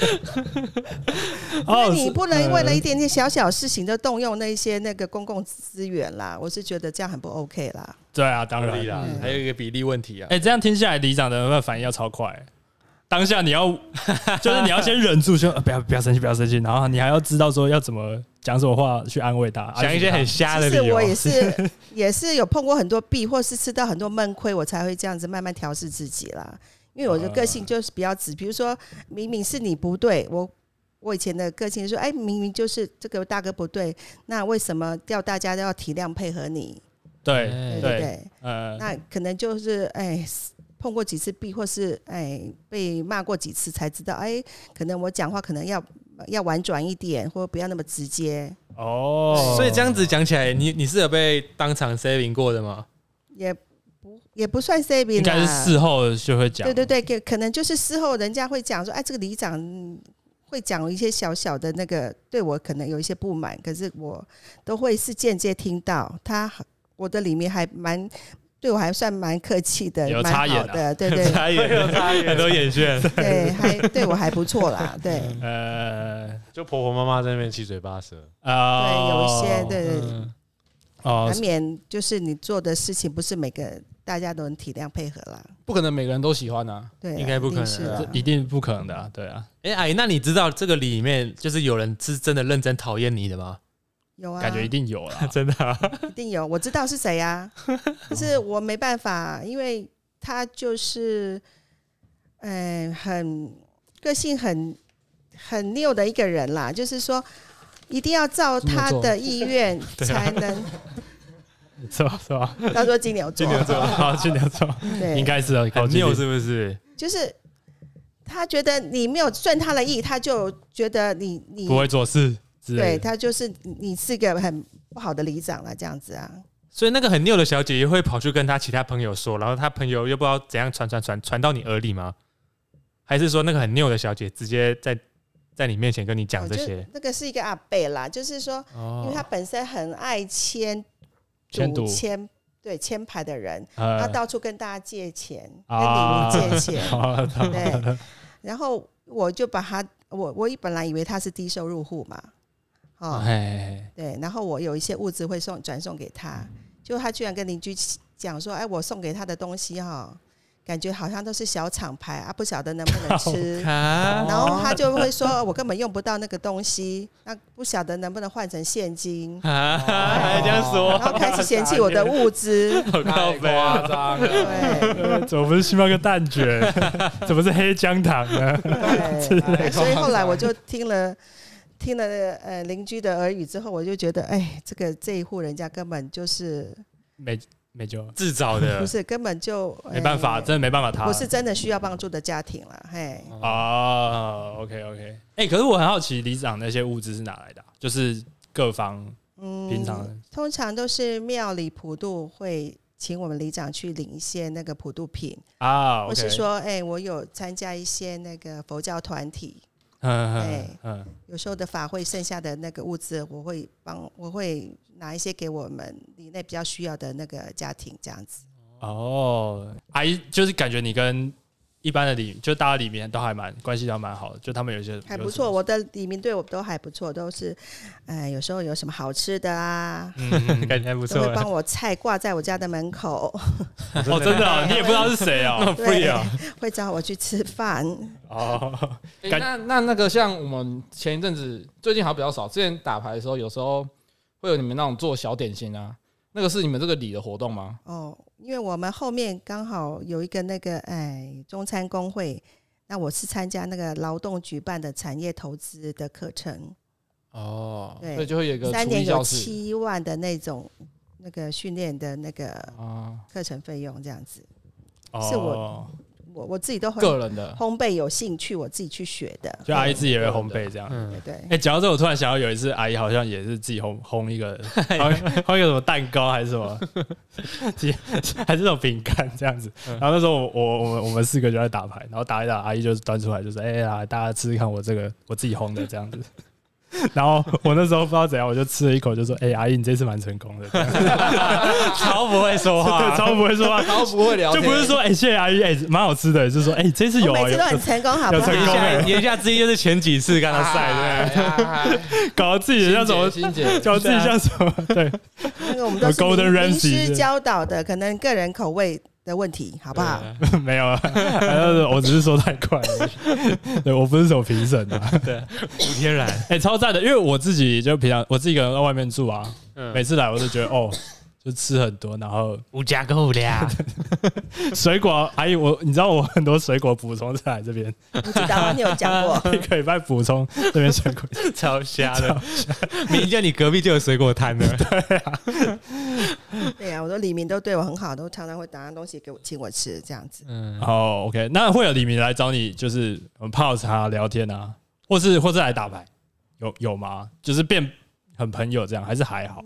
Speaker 4: 那
Speaker 1: 哦，
Speaker 4: 你
Speaker 1: 是
Speaker 4: 不能为了一点点小小事情就动用那些那个公共资源啦，我是觉得这样很不 OK 啦。
Speaker 1: 对啊，当
Speaker 2: 合
Speaker 1: 然
Speaker 2: 理啦
Speaker 4: 嗯
Speaker 3: 还有一个比例问题啊，
Speaker 1: 哎、这样听下来，里长的反应要超快、当下你要就是你要先忍住说，呃不要不要生气，不要生气，然后你还要知道说要怎么讲什么话去安慰他，
Speaker 3: 想一些很瞎的
Speaker 4: 其
Speaker 3: 理
Speaker 4: 实
Speaker 3: 由
Speaker 4: 我。也是也是有碰过很多弊，或是吃到很多闷亏，我才会这样子慢慢调试自己啦。因为我的个性就是比较直，比如说明明是你不对，我我以前的个性是说，哎，明明就是这个大哥不对，那为什么要大家都要体谅配合你？
Speaker 1: 对
Speaker 3: 哎
Speaker 1: 对
Speaker 4: 对不对？
Speaker 1: 呃
Speaker 4: 那可能就是哎。碰过几次壁，或是哎被骂过几次，才知道哎，可能我讲话可能要要婉转一点，或不要那么直接，
Speaker 1: 哦，
Speaker 3: 所以这样子讲起来，你你是有被当场 saving 过的吗？
Speaker 4: 也不也不算 saving
Speaker 1: 应该是
Speaker 4: 啦
Speaker 1: 事后就会讲，
Speaker 4: 对对对，可可能就是事后人家会讲说，哎，这个里长嗯会讲一些小小的那个对我可能有一些不满，可是我都会是间接听到他我的里面还蛮对我还算蛮客气的，
Speaker 1: 有插
Speaker 4: 蛮
Speaker 1: 眼啊
Speaker 4: 好的，对 对
Speaker 3: 他也很多眼线，
Speaker 4: 对，还对我还不错啦，对
Speaker 1: 呃
Speaker 2: 就婆婆妈妈在那边七嘴八舌，
Speaker 4: 对，有一
Speaker 1: 啊，
Speaker 4: 些对对，对
Speaker 1: 哦
Speaker 4: 难，免就是你做的事情不是每个大家都能体谅配合啦，
Speaker 5: 不可能每个人都喜欢啊。
Speaker 4: 对啦，
Speaker 3: 应该不
Speaker 4: 一定
Speaker 3: 可能
Speaker 4: 是
Speaker 3: 啊
Speaker 4: 啦
Speaker 1: 一定不可能的、啊，对啊，
Speaker 3: 哎、阿姨，那你知道这个里面就是有人是真的认真讨厌你的吗？。
Speaker 4: 有啊，
Speaker 1: 感觉一定有啦
Speaker 3: 真的、啊，
Speaker 4: 一定有，我知道是谁呀、可是我没办法，因为他就是，嗯、很个性很很拗的一个人啦，就是说。一定要照他的意愿才能。
Speaker 1: 是吧？是 吧？
Speaker 4: 他说金牛座，
Speaker 1: 好，金牛座应
Speaker 4: 对，
Speaker 1: 该是啊，靠
Speaker 3: 很
Speaker 1: 近
Speaker 3: 拗是不是？
Speaker 4: 就是他觉得你没有顺他的意，他就觉得你你
Speaker 1: 不会做事之类
Speaker 4: 对
Speaker 1: 的，
Speaker 4: 他就是你你是个很不好的里长了，这样子啊。
Speaker 3: 所以那个很拗的小姐姐会跑去跟她其他朋友说，然后她朋友又不知道怎样传传传传到你耳里吗？还是说那个很拗的小姐直接在在你面前跟你讲
Speaker 4: 我
Speaker 3: 这
Speaker 4: 就
Speaker 3: 些？
Speaker 4: 那个是一个阿贝啦，就是说因
Speaker 3: 哦
Speaker 4: 为他本身很爱签
Speaker 1: 签赌
Speaker 4: 签对签牌的人，他
Speaker 1: 呃，
Speaker 4: 到处跟大家借钱，跟
Speaker 1: 啊
Speaker 4: 李明 借 钱，
Speaker 1: 好，好
Speaker 4: 对。然后我就把他，我我本来以为他是低收入户嘛，哦，
Speaker 1: 哎，
Speaker 4: 对，然后我有一些物资会送转送给
Speaker 1: 嗯
Speaker 4: 他，就他居然跟邻居讲说，哎，我送给他的东西哈、感觉好像都是小厂牌啊，不晓得能不能 吃。
Speaker 3: 啊，
Speaker 4: 然后他就会说，哦我根本用不到那个东西，那不晓得能不能换成 现金。
Speaker 3: 啊，还这样说，，
Speaker 4: 然后开始嫌弃我的物资
Speaker 3: 好靠
Speaker 5: 太
Speaker 3: 背
Speaker 5: 夸
Speaker 3: 啊！
Speaker 5: 张
Speaker 4: 对
Speaker 5: 了，
Speaker 1: 呃怎么不是星巴克蛋 卷？怎么是黑姜糖呢？
Speaker 4: 对，所以后来我就听了听了呃邻居的耳语之后，我就觉得，哎，这个这一户人家根本就是
Speaker 1: 没没救了，
Speaker 3: 自找
Speaker 4: 不
Speaker 3: 的，
Speaker 4: 是根本就
Speaker 1: 没办法，，
Speaker 4: 哎
Speaker 1: 真的没办法他。哦
Speaker 4: 我是真的需要帮助的家庭了，嘿，
Speaker 1: 啊，OK OK，哎，可是我很好奇，里长那些物资是哪来的啊？就是各方
Speaker 4: 嗯，
Speaker 1: 平常
Speaker 4: 通常都是庙里普渡会。请我们里长去领一些那个普渡品，
Speaker 1: 啊，
Speaker 4: 或
Speaker 1: OK
Speaker 4: 是，说，哎、我有参加一些那个佛教团体，
Speaker 1: 嗯嗯
Speaker 4: 哎
Speaker 1: 嗯，
Speaker 4: 有时候的法会剩下的那个物资，我会帮，我会拿一些给我们里内比较需要的那个家庭这样子。
Speaker 1: 哦，阿姨就是感觉你跟一般的里，就大家里面都还蛮关系都还蛮好的，就他们有一些
Speaker 4: 还不错，，我的里民对我都还不错，都是，呃，有时候有什么好吃的啊，
Speaker 1: 有什么嗯，嗯
Speaker 3: 感觉还不
Speaker 4: 都
Speaker 3: 错
Speaker 4: 会。帮我菜挂在我家的门口，
Speaker 1: 嗯哦，真的哦，你也不知道是谁 哦，
Speaker 4: 对，会找我去吃饭。
Speaker 1: 哦，
Speaker 5: 欸
Speaker 1: 感
Speaker 5: 那那那个像我们前一阵子最近好像比较少，之前打牌的时候有时候会有你们那种做小点心啊，那个是你们这个里的活动吗？
Speaker 4: 哦，因为我们后面刚好有一个那个哎中餐工会，那我是参加那个劳动举办的产业投资的课程，
Speaker 3: 哦，
Speaker 5: 所以
Speaker 4: 对，
Speaker 5: 就会有一个
Speaker 4: 三
Speaker 5: 厨
Speaker 4: 年
Speaker 5: 艺教
Speaker 4: 有
Speaker 5: 室
Speaker 4: 七万的那种那个训练的那个
Speaker 5: 啊，
Speaker 4: 课程费用这样子，是
Speaker 1: 哦，
Speaker 4: 我我自己都很
Speaker 5: 个人的
Speaker 4: 烘焙有兴趣，我自己去学的，
Speaker 1: 就阿姨自己也会烘焙这样。
Speaker 3: 嗯
Speaker 4: 对，对
Speaker 1: 哎、讲到这，我突然想到有一次，阿姨好像也是自己烘烘一个
Speaker 3: 哎
Speaker 1: 烘烘一个什么蛋糕还是什么，其还是那种饼干这样子。
Speaker 3: 嗯
Speaker 1: 然后那时候我我我们我们四个就在打牌，然后打一打，阿姨就端出来就是哎、呀，大家吃吃看我这个我自己烘的这样子。 然后我那时候不知道怎样，我就吃了一口，就说：“哎、阿姨，你这次蛮成功的，这样
Speaker 3: 超不会说
Speaker 1: 对，
Speaker 3: 话，
Speaker 1: 超不会说话，
Speaker 5: 超不会聊
Speaker 1: 就
Speaker 5: 天，
Speaker 1: 不是说哎、谢谢阿姨，哎、蛮好吃的，就是说哎、这次有
Speaker 4: 我
Speaker 1: 啊，
Speaker 4: 每次
Speaker 1: 有
Speaker 4: 都很啊成功，好不
Speaker 1: 有
Speaker 4: 好？
Speaker 1: 成
Speaker 3: 言
Speaker 1: 功
Speaker 3: 下言下之意就是前几次跟他
Speaker 5: 哎
Speaker 3: 赛，
Speaker 5: 赛，
Speaker 1: 搞得自己像什么，
Speaker 5: 欣姐，
Speaker 1: 搞得自己像什么，对，
Speaker 4: 那个我们都是
Speaker 1: Golden
Speaker 4: 名名
Speaker 1: Ramsay
Speaker 4: 师教导的，可能个人口味的问题，好不好？
Speaker 1: 没 有啊，反正我只是说太快了。 对我不是什么评审啊，
Speaker 3: 对，吴天然，
Speaker 1: 哎、超赞的，因为我自己就平常我自己一个人在外面住啊，每
Speaker 3: 嗯，
Speaker 1: 次来我都觉得哦，就吃很多，然后
Speaker 3: 无家购俩，
Speaker 1: 水果，阿姨我你知道我很多水果补充在这边，，
Speaker 4: 不知道你有讲过
Speaker 1: 一个礼拜补充这边水 果，
Speaker 3: 超瞎的，明明叫你隔壁就有水果摊 的，
Speaker 4: 对呀、啊我说李明都对我很好，都常常会打上东西给我请我吃，这样子。
Speaker 3: 嗯，
Speaker 1: 哦，OK，那会有李明来找你，就是嗯泡茶聊天啊，或是或是来打牌，有有吗？就是变很朋友这样，还是还好？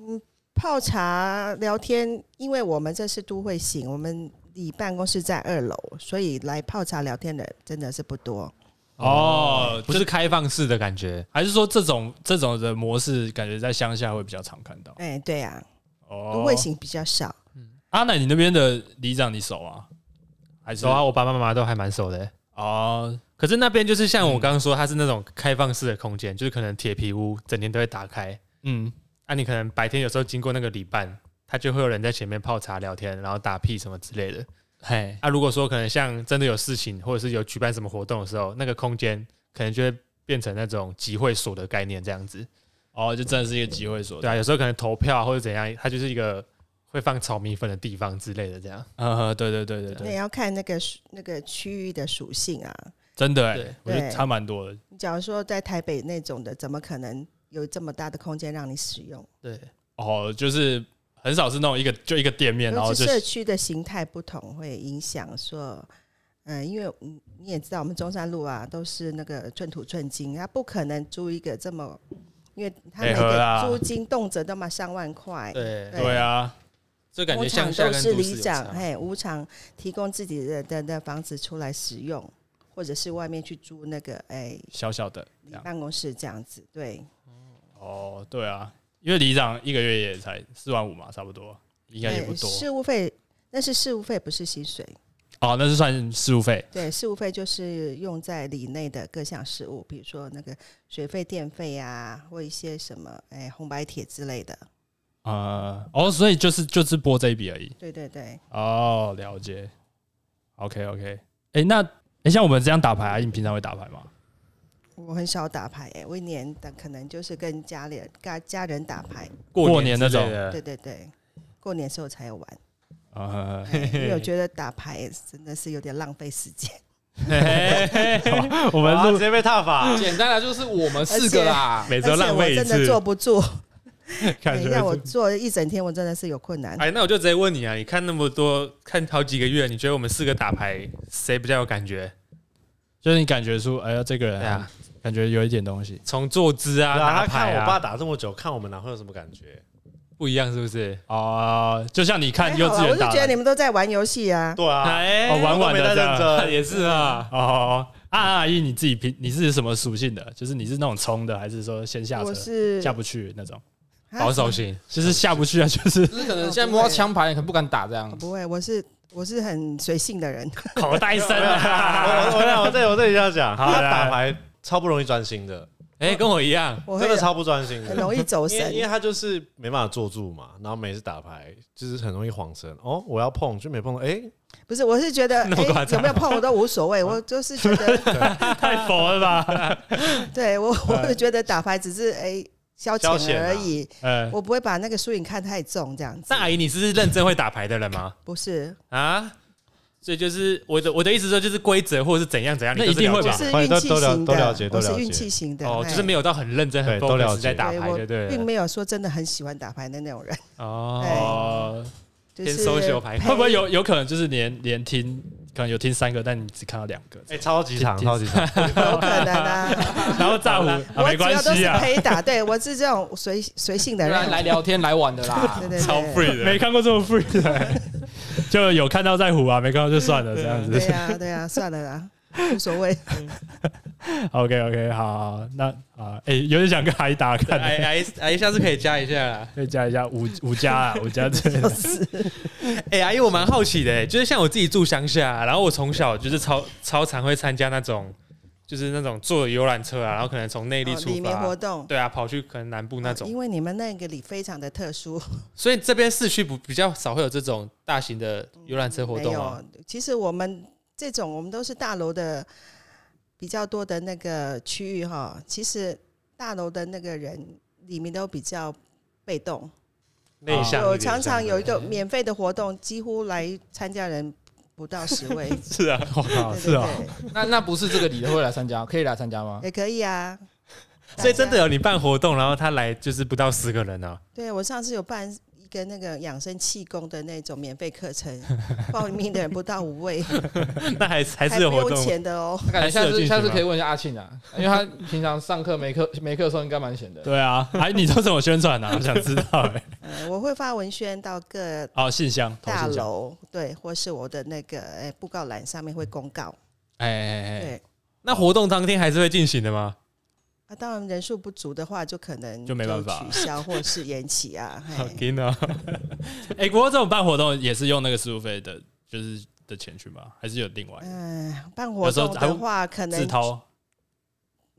Speaker 4: 泡茶聊天，因为我们这是都会型，我们里办公室在二楼，所以来泡茶聊天的真的是不多。
Speaker 1: 哦，
Speaker 3: 不
Speaker 1: 就是
Speaker 3: 开放式的感觉，
Speaker 1: 还是说这种这种的模式，感觉在乡下会比较常看到。
Speaker 4: 哎、对呀、
Speaker 1: 哦，
Speaker 4: 都会型比较少。
Speaker 1: 阿奶，你那边的里长你熟啊？还是
Speaker 3: 熟啊，我爸爸妈妈都还蛮熟的。
Speaker 1: 哦，
Speaker 3: 可是那边就是像我刚刚说，它是那种开放式的空间，就是可能铁皮屋整天都会打开。
Speaker 1: 嗯，
Speaker 3: 啊，你可能白天有时候经过那个里办，它就会有人在前面泡茶聊天，然后打屁什么之类的。
Speaker 1: 嘿，
Speaker 3: 啊，如果说可能像真的有事情，或者是有举办什么活动的时候，那个空间可能就会变成那种集会所的概念这样子。
Speaker 1: 哦，就真的是一个集会所，
Speaker 3: 对啊，有时候可能投票啊或者怎样，它就是一个会放炒米粉的地方之类的这样。
Speaker 1: 嗯，对对对对
Speaker 4: 那
Speaker 1: 对，
Speaker 4: 也要看那个属那个区域的属性啊。
Speaker 1: 真的哎
Speaker 3: 对，
Speaker 1: 我觉得
Speaker 4: 对
Speaker 1: 差蛮多的。
Speaker 4: 你假如说在台北那种的，怎么可能有这么大的空间让你使用？
Speaker 3: 对，
Speaker 1: 哦，就是很少是那种一个就一个店面，然后
Speaker 4: 尤
Speaker 1: 就
Speaker 4: 其社区的形态不同，会影响说，嗯、因为你你也知道，我们中山路啊，都是那个寸土寸金，它不可能租一个这么，因为它
Speaker 1: 哎
Speaker 4: 每
Speaker 1: 合
Speaker 4: 个
Speaker 1: 啦
Speaker 4: 租金动辄都嘛上万块。
Speaker 3: 对
Speaker 4: 对
Speaker 1: 对啊，
Speaker 3: 这
Speaker 4: 工厂都是里长，嘿，无偿提供自己的的的房子出来使用，或者是外面去租那个哎
Speaker 1: 小小的这样。
Speaker 4: 办公室这样子，对，
Speaker 1: 哦，对啊，因为里长一个月也才四万五嘛，差不多，应该也不
Speaker 4: 哎
Speaker 1: 多。
Speaker 4: 事务费那是事务费，不是薪水。
Speaker 1: 哦，那是算事务费。
Speaker 4: 对，事务费就是用在里内的各项事务，比如说那个水费、电费啊，或一些什么哎红白帖之类的。
Speaker 1: 啊、哦，所以就是就是播这一笔而已。
Speaker 4: 对对对，
Speaker 1: 哦，了解。OK OK，哎、诶那哎、诶像我们这样打牌、啊，你平常会打牌吗？
Speaker 4: 我很少打牌、哎，我一年的可能就是跟家里人跟家人打牌。
Speaker 1: 过
Speaker 3: 过
Speaker 1: 年
Speaker 3: 年
Speaker 1: 那
Speaker 3: 那
Speaker 1: 种
Speaker 3: 种，
Speaker 4: 对对对，过年时候才有玩，
Speaker 1: 啊、
Speaker 4: 哎因为我觉得打牌真的是有点浪费时间。
Speaker 1: 我
Speaker 2: 我
Speaker 1: 们录
Speaker 2: 直接被踏法，
Speaker 5: 简单来就是我们四个啦，
Speaker 3: 每
Speaker 4: 而
Speaker 3: 周
Speaker 4: 且
Speaker 3: 浪
Speaker 4: 我
Speaker 3: 费一
Speaker 4: 真的
Speaker 3: 次
Speaker 4: 坐。不住，
Speaker 1: 感
Speaker 4: 哎
Speaker 1: 觉
Speaker 4: 让我坐一整天，我真的是有困难。
Speaker 3: 哎，那我就直接问你啊，你看那么多，看好几个月，你觉得我们四个打牌谁比较有感觉？
Speaker 1: 就是你感觉出，哎呀，这个人、
Speaker 3: 对啊，
Speaker 1: 感觉有一点东西
Speaker 3: 从坐姿啊、
Speaker 2: 对啊，他
Speaker 3: 拿
Speaker 2: 看
Speaker 3: 牌
Speaker 2: 我爸
Speaker 3: 啊，
Speaker 2: 打这么久，看我们哪会有什么感觉？
Speaker 3: 不一样是不是？
Speaker 1: 啊、就像你看
Speaker 4: 还
Speaker 1: 幼
Speaker 4: 好
Speaker 1: 稚
Speaker 4: 啦我
Speaker 1: 园
Speaker 4: 是
Speaker 1: 打
Speaker 4: 觉得
Speaker 1: 的
Speaker 4: 你们都在玩游戏啊。
Speaker 2: 对啊，
Speaker 3: 哎
Speaker 1: 哦，玩玩的
Speaker 2: 都没
Speaker 1: 这
Speaker 2: 在
Speaker 1: 样。
Speaker 2: 认真，
Speaker 3: 也是啊，
Speaker 1: 哦 哦，啊阿姨，你自己平你是什么属性的？就是你是那种冲的，还是说先下车
Speaker 4: 我是
Speaker 1: 下不去那种？
Speaker 4: 啊
Speaker 3: 保守型，
Speaker 1: 就是下不去啊，就是
Speaker 5: 就是可能现在摸到枪牌，可能不敢打这样
Speaker 4: 我。嗯不会，我是我是很随性的人。
Speaker 1: 口袋深
Speaker 3: 啊
Speaker 2: 我我我我这我这里要讲，
Speaker 1: 好
Speaker 2: 他
Speaker 1: 来
Speaker 2: 打牌超不容易专心的，
Speaker 3: 哎，跟我一样，
Speaker 4: 我会
Speaker 2: 真的超不专心
Speaker 4: 很
Speaker 2: 的，
Speaker 4: 容易走
Speaker 2: 因为
Speaker 4: 神
Speaker 2: 因为。他就是没办法坐住嘛，然后每次打牌就是很容易晃神。哦，我要碰就没碰到，哎，
Speaker 4: 不是，我是觉得，
Speaker 3: 那么夸
Speaker 4: 哎，有
Speaker 3: 张
Speaker 4: 没有碰我都无所谓，我就是觉得，
Speaker 1: 太佛了吧？
Speaker 4: 对我，我是觉得打牌只是哎消
Speaker 2: 消遣
Speaker 4: 遣
Speaker 2: 啊
Speaker 4: 而已，
Speaker 3: 呃，
Speaker 4: 我不会把那个输赢看太重这样子
Speaker 3: 那。阿姨，你是认真会打牌的人吗？
Speaker 4: 不是，
Speaker 3: 啊？所以就是我的我的意思说，就是规则或者是怎样怎样，你
Speaker 1: 那
Speaker 3: 都是
Speaker 1: 一定
Speaker 3: 了
Speaker 1: 会
Speaker 3: 解
Speaker 1: 吧
Speaker 4: 我是
Speaker 2: 欢
Speaker 4: 运
Speaker 2: 迎都
Speaker 4: 气
Speaker 2: 都了
Speaker 4: 型
Speaker 2: 都
Speaker 4: 的，
Speaker 2: 了解都
Speaker 4: 我是
Speaker 2: 了
Speaker 4: 运
Speaker 2: 解
Speaker 4: 气型的，
Speaker 3: 哦，
Speaker 4: 哎
Speaker 3: 就是没有到很认真很
Speaker 2: 对都了
Speaker 3: focus 在
Speaker 2: 解
Speaker 3: 打
Speaker 4: 对
Speaker 3: 牌，
Speaker 4: 我
Speaker 3: 对对
Speaker 4: 并
Speaker 3: 了？
Speaker 4: 没有说真的很喜欢打牌的那种人，
Speaker 3: 哦，
Speaker 4: 就
Speaker 3: 偏
Speaker 4: 是
Speaker 3: social 牌
Speaker 4: 陪
Speaker 1: 会不会有有可能就是连连听，可能有听三个，但你只看到两 个，
Speaker 2: 哎，超级长，
Speaker 1: 挺
Speaker 2: 超级长，
Speaker 4: 有可能啊？
Speaker 1: 然后炸胡啊，
Speaker 4: 我
Speaker 1: 没
Speaker 4: 主要
Speaker 1: 关
Speaker 4: 都
Speaker 1: 系
Speaker 4: 是
Speaker 1: 啊，
Speaker 4: 陪打，对我是这种随随性的
Speaker 5: 对啊
Speaker 4: 人，
Speaker 5: 来聊天来玩的啦
Speaker 4: 对。对
Speaker 3: 超
Speaker 4: 对，
Speaker 3: free
Speaker 1: 没
Speaker 3: 的，
Speaker 1: 看过这么 free 的、就有看到在胡啊，没看到就算了这样
Speaker 4: 对
Speaker 1: 子。
Speaker 4: 呀对呀，算了啦，无所谓。
Speaker 1: OK OK，好，那啊，哎、有点想跟阿姨打看、
Speaker 3: 阿
Speaker 4: 哎
Speaker 3: 姨阿姨阿姨下次可以加一下啦。
Speaker 1: 可以加一下五五加 啊，五加之类的。
Speaker 3: 哎、阿姨，我蛮好奇的、就是像我自己住乡下，然后我从小就是超超常会参加那种，就是那种坐游览车啊，然后可能从内地
Speaker 4: 哦里
Speaker 3: 出
Speaker 4: 面
Speaker 3: 发，
Speaker 4: 活动
Speaker 3: 对啊，跑去可能南部那种，
Speaker 4: 因为你们那个里非常的 特殊，
Speaker 3: 所以这边市区不比较少会有这种大型的游览车活
Speaker 4: 没
Speaker 3: 动啊
Speaker 4: 有。。其实我们这种我们都是大楼的比较多的那个区域哈，其实大楼的那个人里面都比较被动。
Speaker 2: 内向一点。
Speaker 4: 我哦常常有一
Speaker 2: 这样
Speaker 4: 个免费的活动，几乎来参加人不到十位，
Speaker 3: 是 啊，
Speaker 1: 我靠，
Speaker 4: 对
Speaker 1: 是
Speaker 4: 对
Speaker 1: 啊，
Speaker 4: 对，
Speaker 5: 那那不是这个理的会来参加，可以来参加吗？
Speaker 4: 也可以啊。
Speaker 3: 所以真的
Speaker 4: 大家，
Speaker 3: 有你办活动，然后他来就是不到十个人啊。
Speaker 4: 对我上次有办一个那个养生气功的那种免费课程，报名的人不到五位，
Speaker 3: 那还 还
Speaker 4: 还
Speaker 3: 是有
Speaker 4: 不
Speaker 3: 活
Speaker 4: 用
Speaker 3: 动，
Speaker 4: 钱的哦。
Speaker 5: 那感觉下
Speaker 3: 还是有
Speaker 5: 次
Speaker 3: 进去吗
Speaker 5: 下次可以问一下阿庆啊，因为他平常上课没课没课的时候应该蛮闲的。
Speaker 1: 对啊。哎，你都怎么宣传啊？我想知道、哎。
Speaker 4: 呃，我会发文宣到各
Speaker 1: 哦，信箱，投
Speaker 4: 大
Speaker 1: 信箱。
Speaker 4: 楼，对，或是我的那个呃布告栏上面会公告，
Speaker 3: 哎哎哎，
Speaker 4: 对。
Speaker 3: 那活动当天还是会进行的吗？
Speaker 4: 啊，当然人数不足的话，就可能
Speaker 1: 就没办法
Speaker 4: 取消或是延期啊。嘿
Speaker 3: 好劲 啊！
Speaker 1: 哎、不过这种办活动也是用那个事务费的，就是的钱去吗？还是有另外的
Speaker 4: 嗯，办
Speaker 1: 有
Speaker 4: 活
Speaker 1: 时候
Speaker 4: 动
Speaker 1: 还会
Speaker 4: 的话，可
Speaker 1: 自
Speaker 4: 能
Speaker 1: 掏？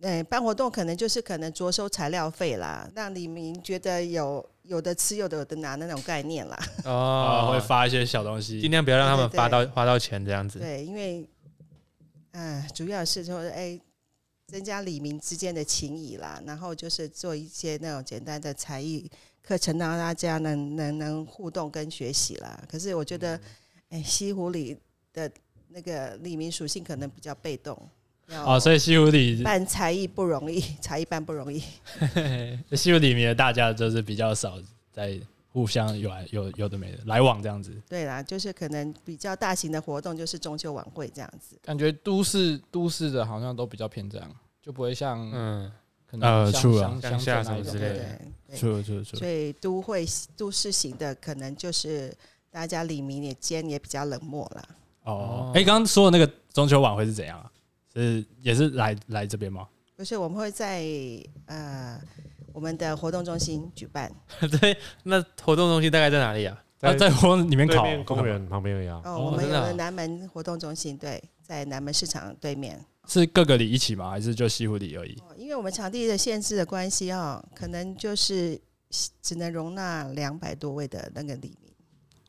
Speaker 4: 哎，办活动可能就是可能着收材料费啦，让李明觉得有有的吃有的有的拿那种概念啦。
Speaker 1: 啊、
Speaker 3: 哦，
Speaker 1: 会发一些小东
Speaker 3: 尽
Speaker 1: 西。
Speaker 3: 量不要让他们
Speaker 4: 对对
Speaker 3: 发到花到钱这样子。
Speaker 4: 对，因为嗯、主要是说哎，增加李明之间的情谊啦，然后就是做一些那种简单的才艺课程，让大家能能能互动跟学习啦。可是我觉得，哎，西湖里的那个李明属性可能比较被动。
Speaker 1: 哦，所
Speaker 4: 以
Speaker 1: 以西湖里
Speaker 4: 办才艺不容易， 才艺办不容易。
Speaker 1: 西湖里面的大家就是比较少在互相有来有有的没的来往这样子。
Speaker 4: 对啦，就是可能比较大型的活动，就是中秋晚会这样子。
Speaker 5: 感觉都市都市的好像都比较偏这样，就不会像
Speaker 3: 嗯，
Speaker 5: 可
Speaker 1: 呃
Speaker 5: 能乡
Speaker 1: 是啊
Speaker 5: 乡
Speaker 3: 乡
Speaker 5: 乡
Speaker 3: 下
Speaker 5: 镇那
Speaker 3: 什么
Speaker 5: 一种
Speaker 3: 之类
Speaker 4: 对
Speaker 3: 的
Speaker 5: 对
Speaker 4: 对对
Speaker 1: 是是是
Speaker 4: 所以都会都市型的可能就是大家李明也间也比较冷漠啦。
Speaker 1: 哦
Speaker 3: 哦，
Speaker 1: 哎、刚刚说的那个中秋晚会是怎样啊？是也是来来这边吗？
Speaker 4: 就是我们会在呃我们的活动中心举办，
Speaker 3: 对，那活动中心大概在哪里啊？
Speaker 1: 啊，在活动里面
Speaker 2: 对
Speaker 1: 考
Speaker 2: 面公园旁边而已啊，
Speaker 4: 哦，
Speaker 3: 哦
Speaker 4: 我们
Speaker 3: 真
Speaker 4: 有
Speaker 3: 的啊
Speaker 4: 了南门活动中心，对，在南门市场对面。
Speaker 1: 是各个里一起吗？还是就西湖里而已？
Speaker 4: 哦，因为我们场地的限制的关系啊、可能就是只能容纳两百多位的那个李明。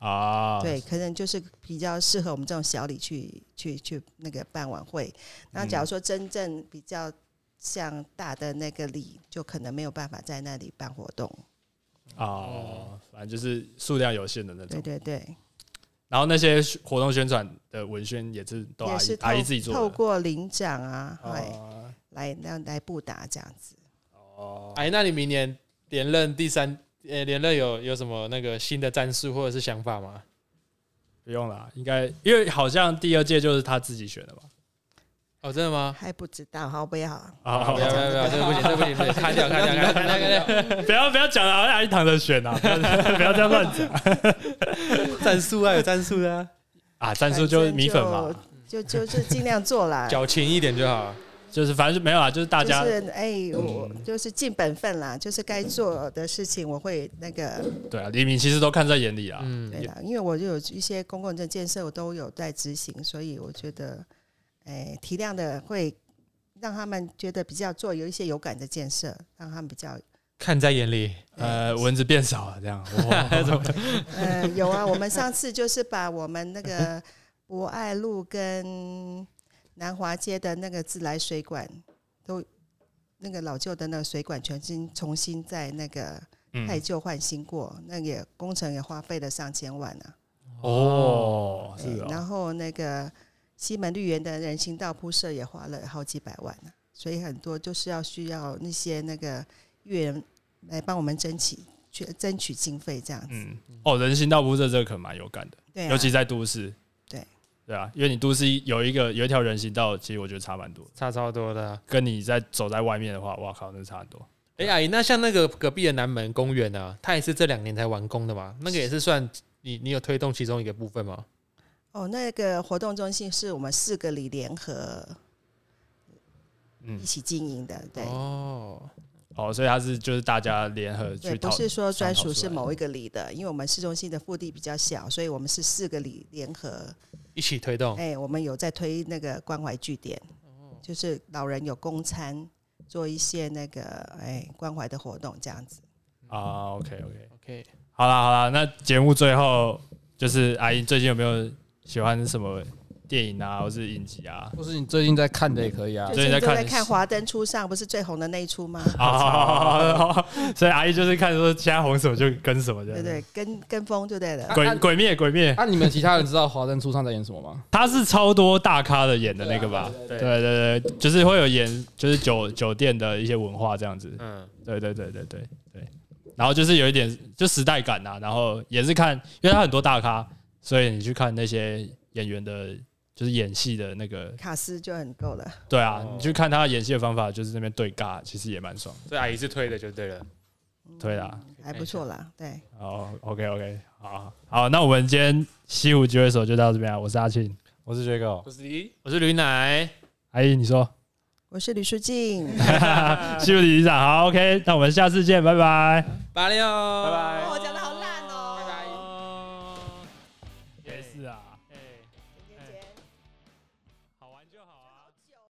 Speaker 1: 啊，
Speaker 4: 对，可能就是比较适合我们这种小李去去去那个办晚会。那
Speaker 1: 嗯
Speaker 4: 假如说真正比较像大的那个礼，就可能没有办法在那里办活动。
Speaker 1: 哦，反正就是数量有限的那
Speaker 4: 对
Speaker 1: 种。
Speaker 4: 对对，
Speaker 1: 然后那些活动宣传的文宣也是都阿
Speaker 4: 也
Speaker 1: 姨
Speaker 4: 是
Speaker 1: 阿姨
Speaker 4: 透
Speaker 1: 自己做
Speaker 4: 透
Speaker 1: 的。
Speaker 4: 过领奖啊，哎、
Speaker 1: 哦
Speaker 4: 来来来布达这样子。
Speaker 1: 哦，
Speaker 3: 哎，那你明年连任第三，呃，连任有有什么那个新的战术或者是想法吗？
Speaker 1: 不用啦，应该因为好像第二届就是他自己选的吧？
Speaker 3: 哦，真的吗？
Speaker 4: 还不知道，好不要。
Speaker 1: 啊，
Speaker 3: 不要不要不要，这个不 行，这个不行，不行，砍掉 砍掉砍掉砍掉砍掉！
Speaker 1: 不要不要讲了，好像阿姨躺着选 啊，不要不要这样乱讲
Speaker 3: 战术啊，有战术 的啊，。
Speaker 1: 啊。战术就是米粉嘛，嗯
Speaker 4: 就就就是尽量做 啦
Speaker 3: 矫情一点就好。
Speaker 1: 就是反正就没有啦，就是大家嗯
Speaker 4: 就是哎，我就是尽本分啦，就是该做的事情我会那个
Speaker 1: 对啊，黎明其实都看在眼里啊。
Speaker 3: 嗯
Speaker 4: 对，啦，因为我就有一些公共的建设，我都有在执行，所以我觉得，哎，体谅的会让他们觉得比较做有一些有感的建设，让他们 比较
Speaker 3: 看在眼里。
Speaker 1: 呃，蚊子变少了，这 样。哇
Speaker 4: 呃有啊。我们上次就是把我们 那个博爱路跟南华街的那个自来水管都那个老旧的那个水管全新重新在那个太
Speaker 3: 嗯，
Speaker 4: 旧换新过，那也工程也花费了上千万啊。
Speaker 1: 哦，是
Speaker 4: 对
Speaker 1: 哦，
Speaker 4: 然后那个西门绿园的人行道铺设也花了好几百万呢、所以很多就是要需要那些那个月人来帮我们争取去争取经费这样子。
Speaker 1: 嗯，哦，人行道铺设这个可蛮有感的，
Speaker 4: 对、啊，
Speaker 1: 嗯尤其在都市。
Speaker 4: 对，
Speaker 1: 对啊，因为你都市有一个有一条人行道，其实我觉得差蛮多的，
Speaker 3: 差超多的啊。
Speaker 1: 跟你在走在外面的话，哇靠，那差很多。
Speaker 3: 哎、阿姨，那像那个隔壁的南门公园啊，它也是这两年才完工的嘛？那个也是算你你有推动其中一个部分吗？
Speaker 4: 哦，那个活动中心是我们四个里联合
Speaker 1: 嗯
Speaker 4: 一，起经营的，对。
Speaker 3: 哦，
Speaker 1: 哦，所以它是就是大家联合
Speaker 4: 对，
Speaker 1: 去讨
Speaker 4: 不，是说专
Speaker 1: 商
Speaker 4: 属
Speaker 1: 讨出
Speaker 4: 是
Speaker 1: 来
Speaker 4: 某一个里的，因为我们市中心的腹地比较小，所以我们是四个里联合
Speaker 3: 一起推动。
Speaker 4: 哎、我们有在推那个关怀据点，就是老人有公餐，做一些那个哎、关怀的活动这样子。
Speaker 1: 啊，OK OK，
Speaker 3: OK，
Speaker 1: 好啦好啦，那节目最后就是阿姨最近有没有喜欢什么电影啊，或是影集啊？
Speaker 5: 或是你最近在看的也可以啊
Speaker 1: 最
Speaker 3: 嗯
Speaker 4: 最。
Speaker 1: 近在
Speaker 4: 近都
Speaker 1: 看
Speaker 4: 在看《华灯初上》，不是最红的那一出吗？
Speaker 1: 好好好好好，所以阿姨就是看说现在红什么就跟什么这
Speaker 4: 对
Speaker 1: 样。
Speaker 4: 对，跟跟风就对了。
Speaker 1: 鬼鬼灭鬼灭，
Speaker 5: 啊，你们其他人知道《华灯初上》在演什么吗？
Speaker 1: 他是超多大咖的演的那个吧？
Speaker 5: 对
Speaker 1: 对
Speaker 5: 啊对
Speaker 1: 对对，就是会有演就是酒酒店的一些文化这样子。
Speaker 3: 嗯，
Speaker 1: 对对对对对对，然后就是有一点就时代感呐、然后也是看，因为他很多大咖，所以你去看那些演员的，就是演戏的那个，
Speaker 4: 卡斯就很够了，
Speaker 1: 对啊，
Speaker 3: 哦
Speaker 1: 你去看他演戏的方法，就是那边对
Speaker 2: 嗯
Speaker 1: 尬，其实也蛮爽。
Speaker 3: 所以阿姨是推的就对了。
Speaker 1: 对啦，
Speaker 4: 还不错啦。对，
Speaker 1: 哦，OK OK，好好，那我们今天西湖聚会所就到这边啊，我是阿庆，
Speaker 2: 我是 Jago，
Speaker 3: 我是李，我是驴奶，
Speaker 1: 阿姨你说，
Speaker 4: 我是吕书静。
Speaker 1: 西湖理事长，好 OK，那我们下次见，拜拜。
Speaker 3: 巴六，拜
Speaker 2: 拜拜
Speaker 3: 哎
Speaker 4: 哦讲得
Speaker 2: 啊